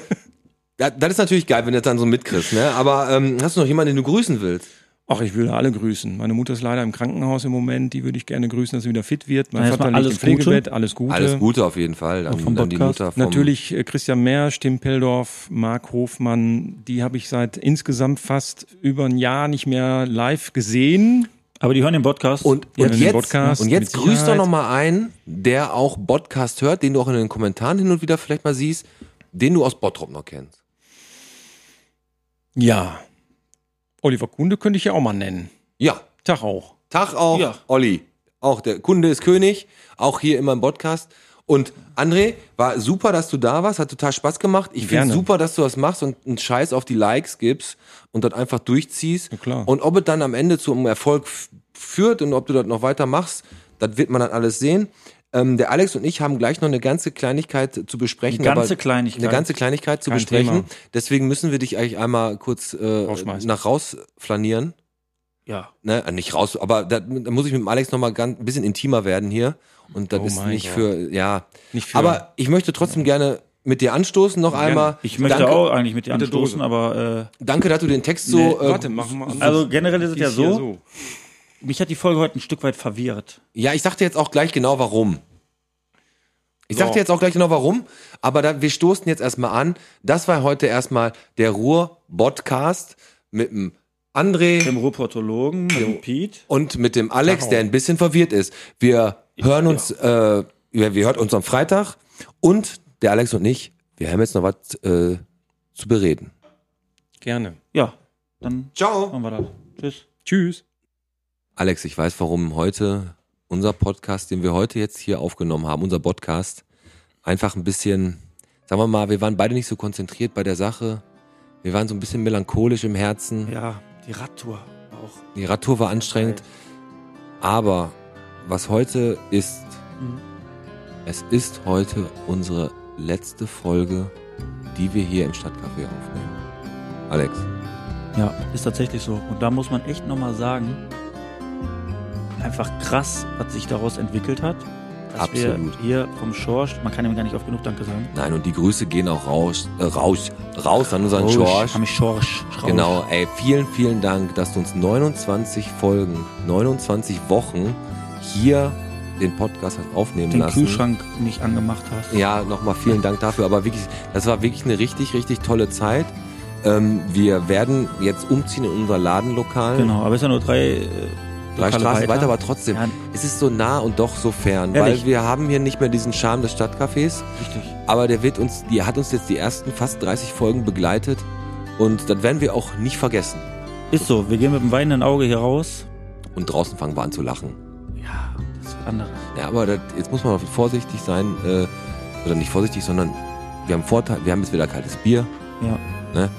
A: da, das ist natürlich geil, wenn du das dann so mitkriegst, ne? Aber ähm, hast du noch jemanden, den du grüßen willst?
G: Ach, ich würde alle grüßen. Meine Mutter ist leider im Krankenhaus im Moment, die würde ich gerne grüßen, dass sie wieder fit wird. Mein
B: Dann erstmal
G: Vater liegt im
B: alles Gute.
G: Pflegebett, alles Gute.
A: Alles Gute auf jeden Fall. An,
B: vom
A: an die
B: Podcast.
A: Mutter vom,
G: Natürlich äh, Christian Mersch, Tim Peldorf, Marc Hofmann, die habe ich seit insgesamt fast über ein Jahr nicht mehr live gesehen.
B: Aber die hören den Podcast.
A: Und,
G: Und
A: und,
G: den
A: jetzt,
G: Podcast
A: und jetzt
G: mit
A: grüß doch
G: Sicherheit.
A: nochmal einen, der auch Podcast hört, den du auch in den Kommentaren hin und wieder vielleicht mal siehst, den du aus Bottrop noch kennst.
G: Ja. Oliver Kunde könnte ich ja auch mal nennen.
A: Ja,
G: Tag auch.
A: Tag auch,
B: Ja.
A: Olli. Auch der Kunde ist König, auch hier immer im Podcast. Und André, war super, dass du da warst, hat total Spaß gemacht. Ich finde
G: Gerne.
A: super, dass du das machst und einen Scheiß auf die Likes gibst und das einfach durchziehst.
G: Ja, klar.
A: Und ob es dann am Ende zu einem Erfolg f- führt und ob du das noch weiter machst, das wird man dann alles sehen. Ähm, der Alex und ich haben gleich noch eine ganze Kleinigkeit zu besprechen.
B: Eine ganze
A: aber-
B: Kleinigkeit.
A: Eine ganze Kleinigkeit zu
G: Kein
A: besprechen.
G: Thema.
A: Deswegen müssen wir dich eigentlich einmal kurz äh,
G: Rausschmeißen.
A: nach raus flanieren
B: ja.
A: ne, äh, nicht raus, aber da, da muss ich mit dem Alex nochmal ganz ein bisschen intimer werden hier. Und das
G: Oh
A: ist
G: mein
A: nicht
G: Gott.
A: für, ja.
G: Nicht für-
A: aber ich möchte trotzdem gerne mit dir anstoßen noch einmal.
B: Ich möchte
A: danke,
B: auch eigentlich mit dir
G: Mit der
B: anstoßen,
G: Dose.
B: aber
A: Danke, dass du den Text
B: Nee,
A: so. äh,
G: Warte, machen wir
B: äh, also generell ist es ja
G: Ist hier
B: so, äh, mich hat die Folge heute ein Stück weit verwirrt.
A: ja, ich sagte jetzt auch gleich genau warum. Ich
G: So.
A: sagte jetzt auch gleich genau warum, aber da, wir stoßen jetzt erstmal an. Das war heute erstmal der Ruhr-Podcast mit dem André.
B: Dem Reportologen, mit dem Pete.
A: und mit dem Alex, der ein bisschen verwirrt ist. Wir hören uns, äh, wir, wir hört uns am Freitag und der Alex und ich, wir haben jetzt noch was äh, zu bereden.
G: Gerne.
B: Ja, dann
A: Ciao.
B: machen wir das. Tschüss.
G: Tschüss.
A: Alex, ich weiß, warum heute unser Podcast, den wir heute jetzt hier aufgenommen haben, unser Podcast, einfach ein bisschen, sagen wir mal, wir waren beide nicht so konzentriert bei der Sache. Wir waren so ein bisschen melancholisch im Herzen.
B: Ja, die Radtour auch.
A: Die Radtour war anstrengend. Aber was heute ist,
B: Mhm.
A: es ist heute unsere letzte Folge, die wir hier im Stadtcafé aufnehmen. Alex,
B: Ja, ist tatsächlich so. Und da muss man echt nochmal sagen, einfach krass, was sich daraus entwickelt hat. Dass
A: Absolut.
B: wir hier vom Schorsch, man kann ihm gar nicht oft genug Danke sagen.
A: nein, und die Grüße gehen auch raus, äh, raus, raus an unseren George.
B: An mich Schorsch. Schorsch.
A: Genau, ey, vielen, vielen Dank, dass du uns 29 Folgen, 29 Wochen hier den Podcast hast aufnehmen
B: Den
A: lassen.
B: Kühlschrank nicht angemacht hast.
A: Ja, nochmal vielen Dank dafür. Aber wirklich, das war wirklich eine richtig, richtig tolle Zeit. Ähm, wir werden jetzt umziehen in unser Ladenlokal.
B: Genau, aber es ist ja nur drei, äh,
A: Drei
B: Lokale
A: Straßen weiter, aber trotzdem.
B: Ja,
A: Es ist so nah und doch so fern,
B: Ehrlich?
A: weil wir haben hier nicht mehr diesen Charme des Stadtcafés,
B: richtig.
A: aber der wird uns, die hat uns jetzt die ersten fast 30 Folgen begleitet und das werden wir auch nicht vergessen.
B: Ist so, wir gehen mit dem weinenden Auge hier raus.
A: Und draußen fangen wir an zu lachen.
B: Ja, das wird anderes.
A: Ja, aber das, jetzt muss man auch vorsichtig sein, äh, oder nicht vorsichtig, sondern wir haben Vorteil, wir haben jetzt wieder kaltes Bier.
B: Ja.
A: Ne?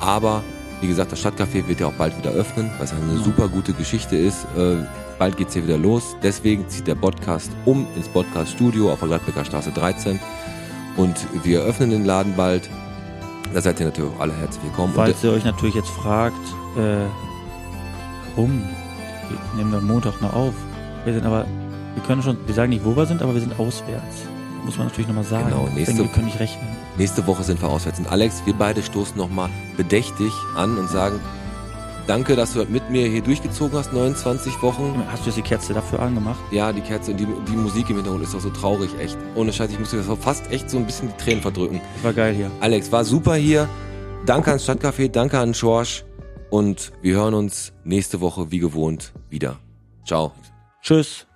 A: Aber Wie gesagt, das Stadtcafé wird ja auch bald wieder öffnen, was eine super gute Geschichte ist. Äh, bald geht's hier wieder los. Deswegen zieht der Podcast um ins Podcast-Studio auf der Gladbecker Straße 13. Und wir öffnen den Laden bald. Da seid ihr natürlich auch alle herzlich willkommen.
B: Falls ihr euch natürlich jetzt fragt, äh, warum wir nehmen wir Montag noch auf? Wir sind aber, wir können schon, wir sagen nicht, wo wir sind, aber wir sind auswärts. Muss man natürlich nochmal sagen.
A: Genau, nächste-
B: Deswegen, wir können nicht rechnen.
A: Und nächste Woche sind wir auswärts. Und Alex, wir beide stoßen nochmal bedächtig an und sagen, danke, dass du das mit mir hier durchgezogen hast, 29 Wochen.
B: Hast du jetzt die Kerze dafür angemacht?
A: Ja, die Kerze und die, die Musik im Hintergrund ist doch so traurig, echt. Ohne Scheiß, ich musste fast echt so ein bisschen die Tränen verdrücken.
B: Das war geil hier.
A: Alex, war super hier. Danke ans Stadtcafé, danke an Schorsch. Und wir hören uns nächste Woche wie gewohnt wieder. Ciao.
B: Tschüss.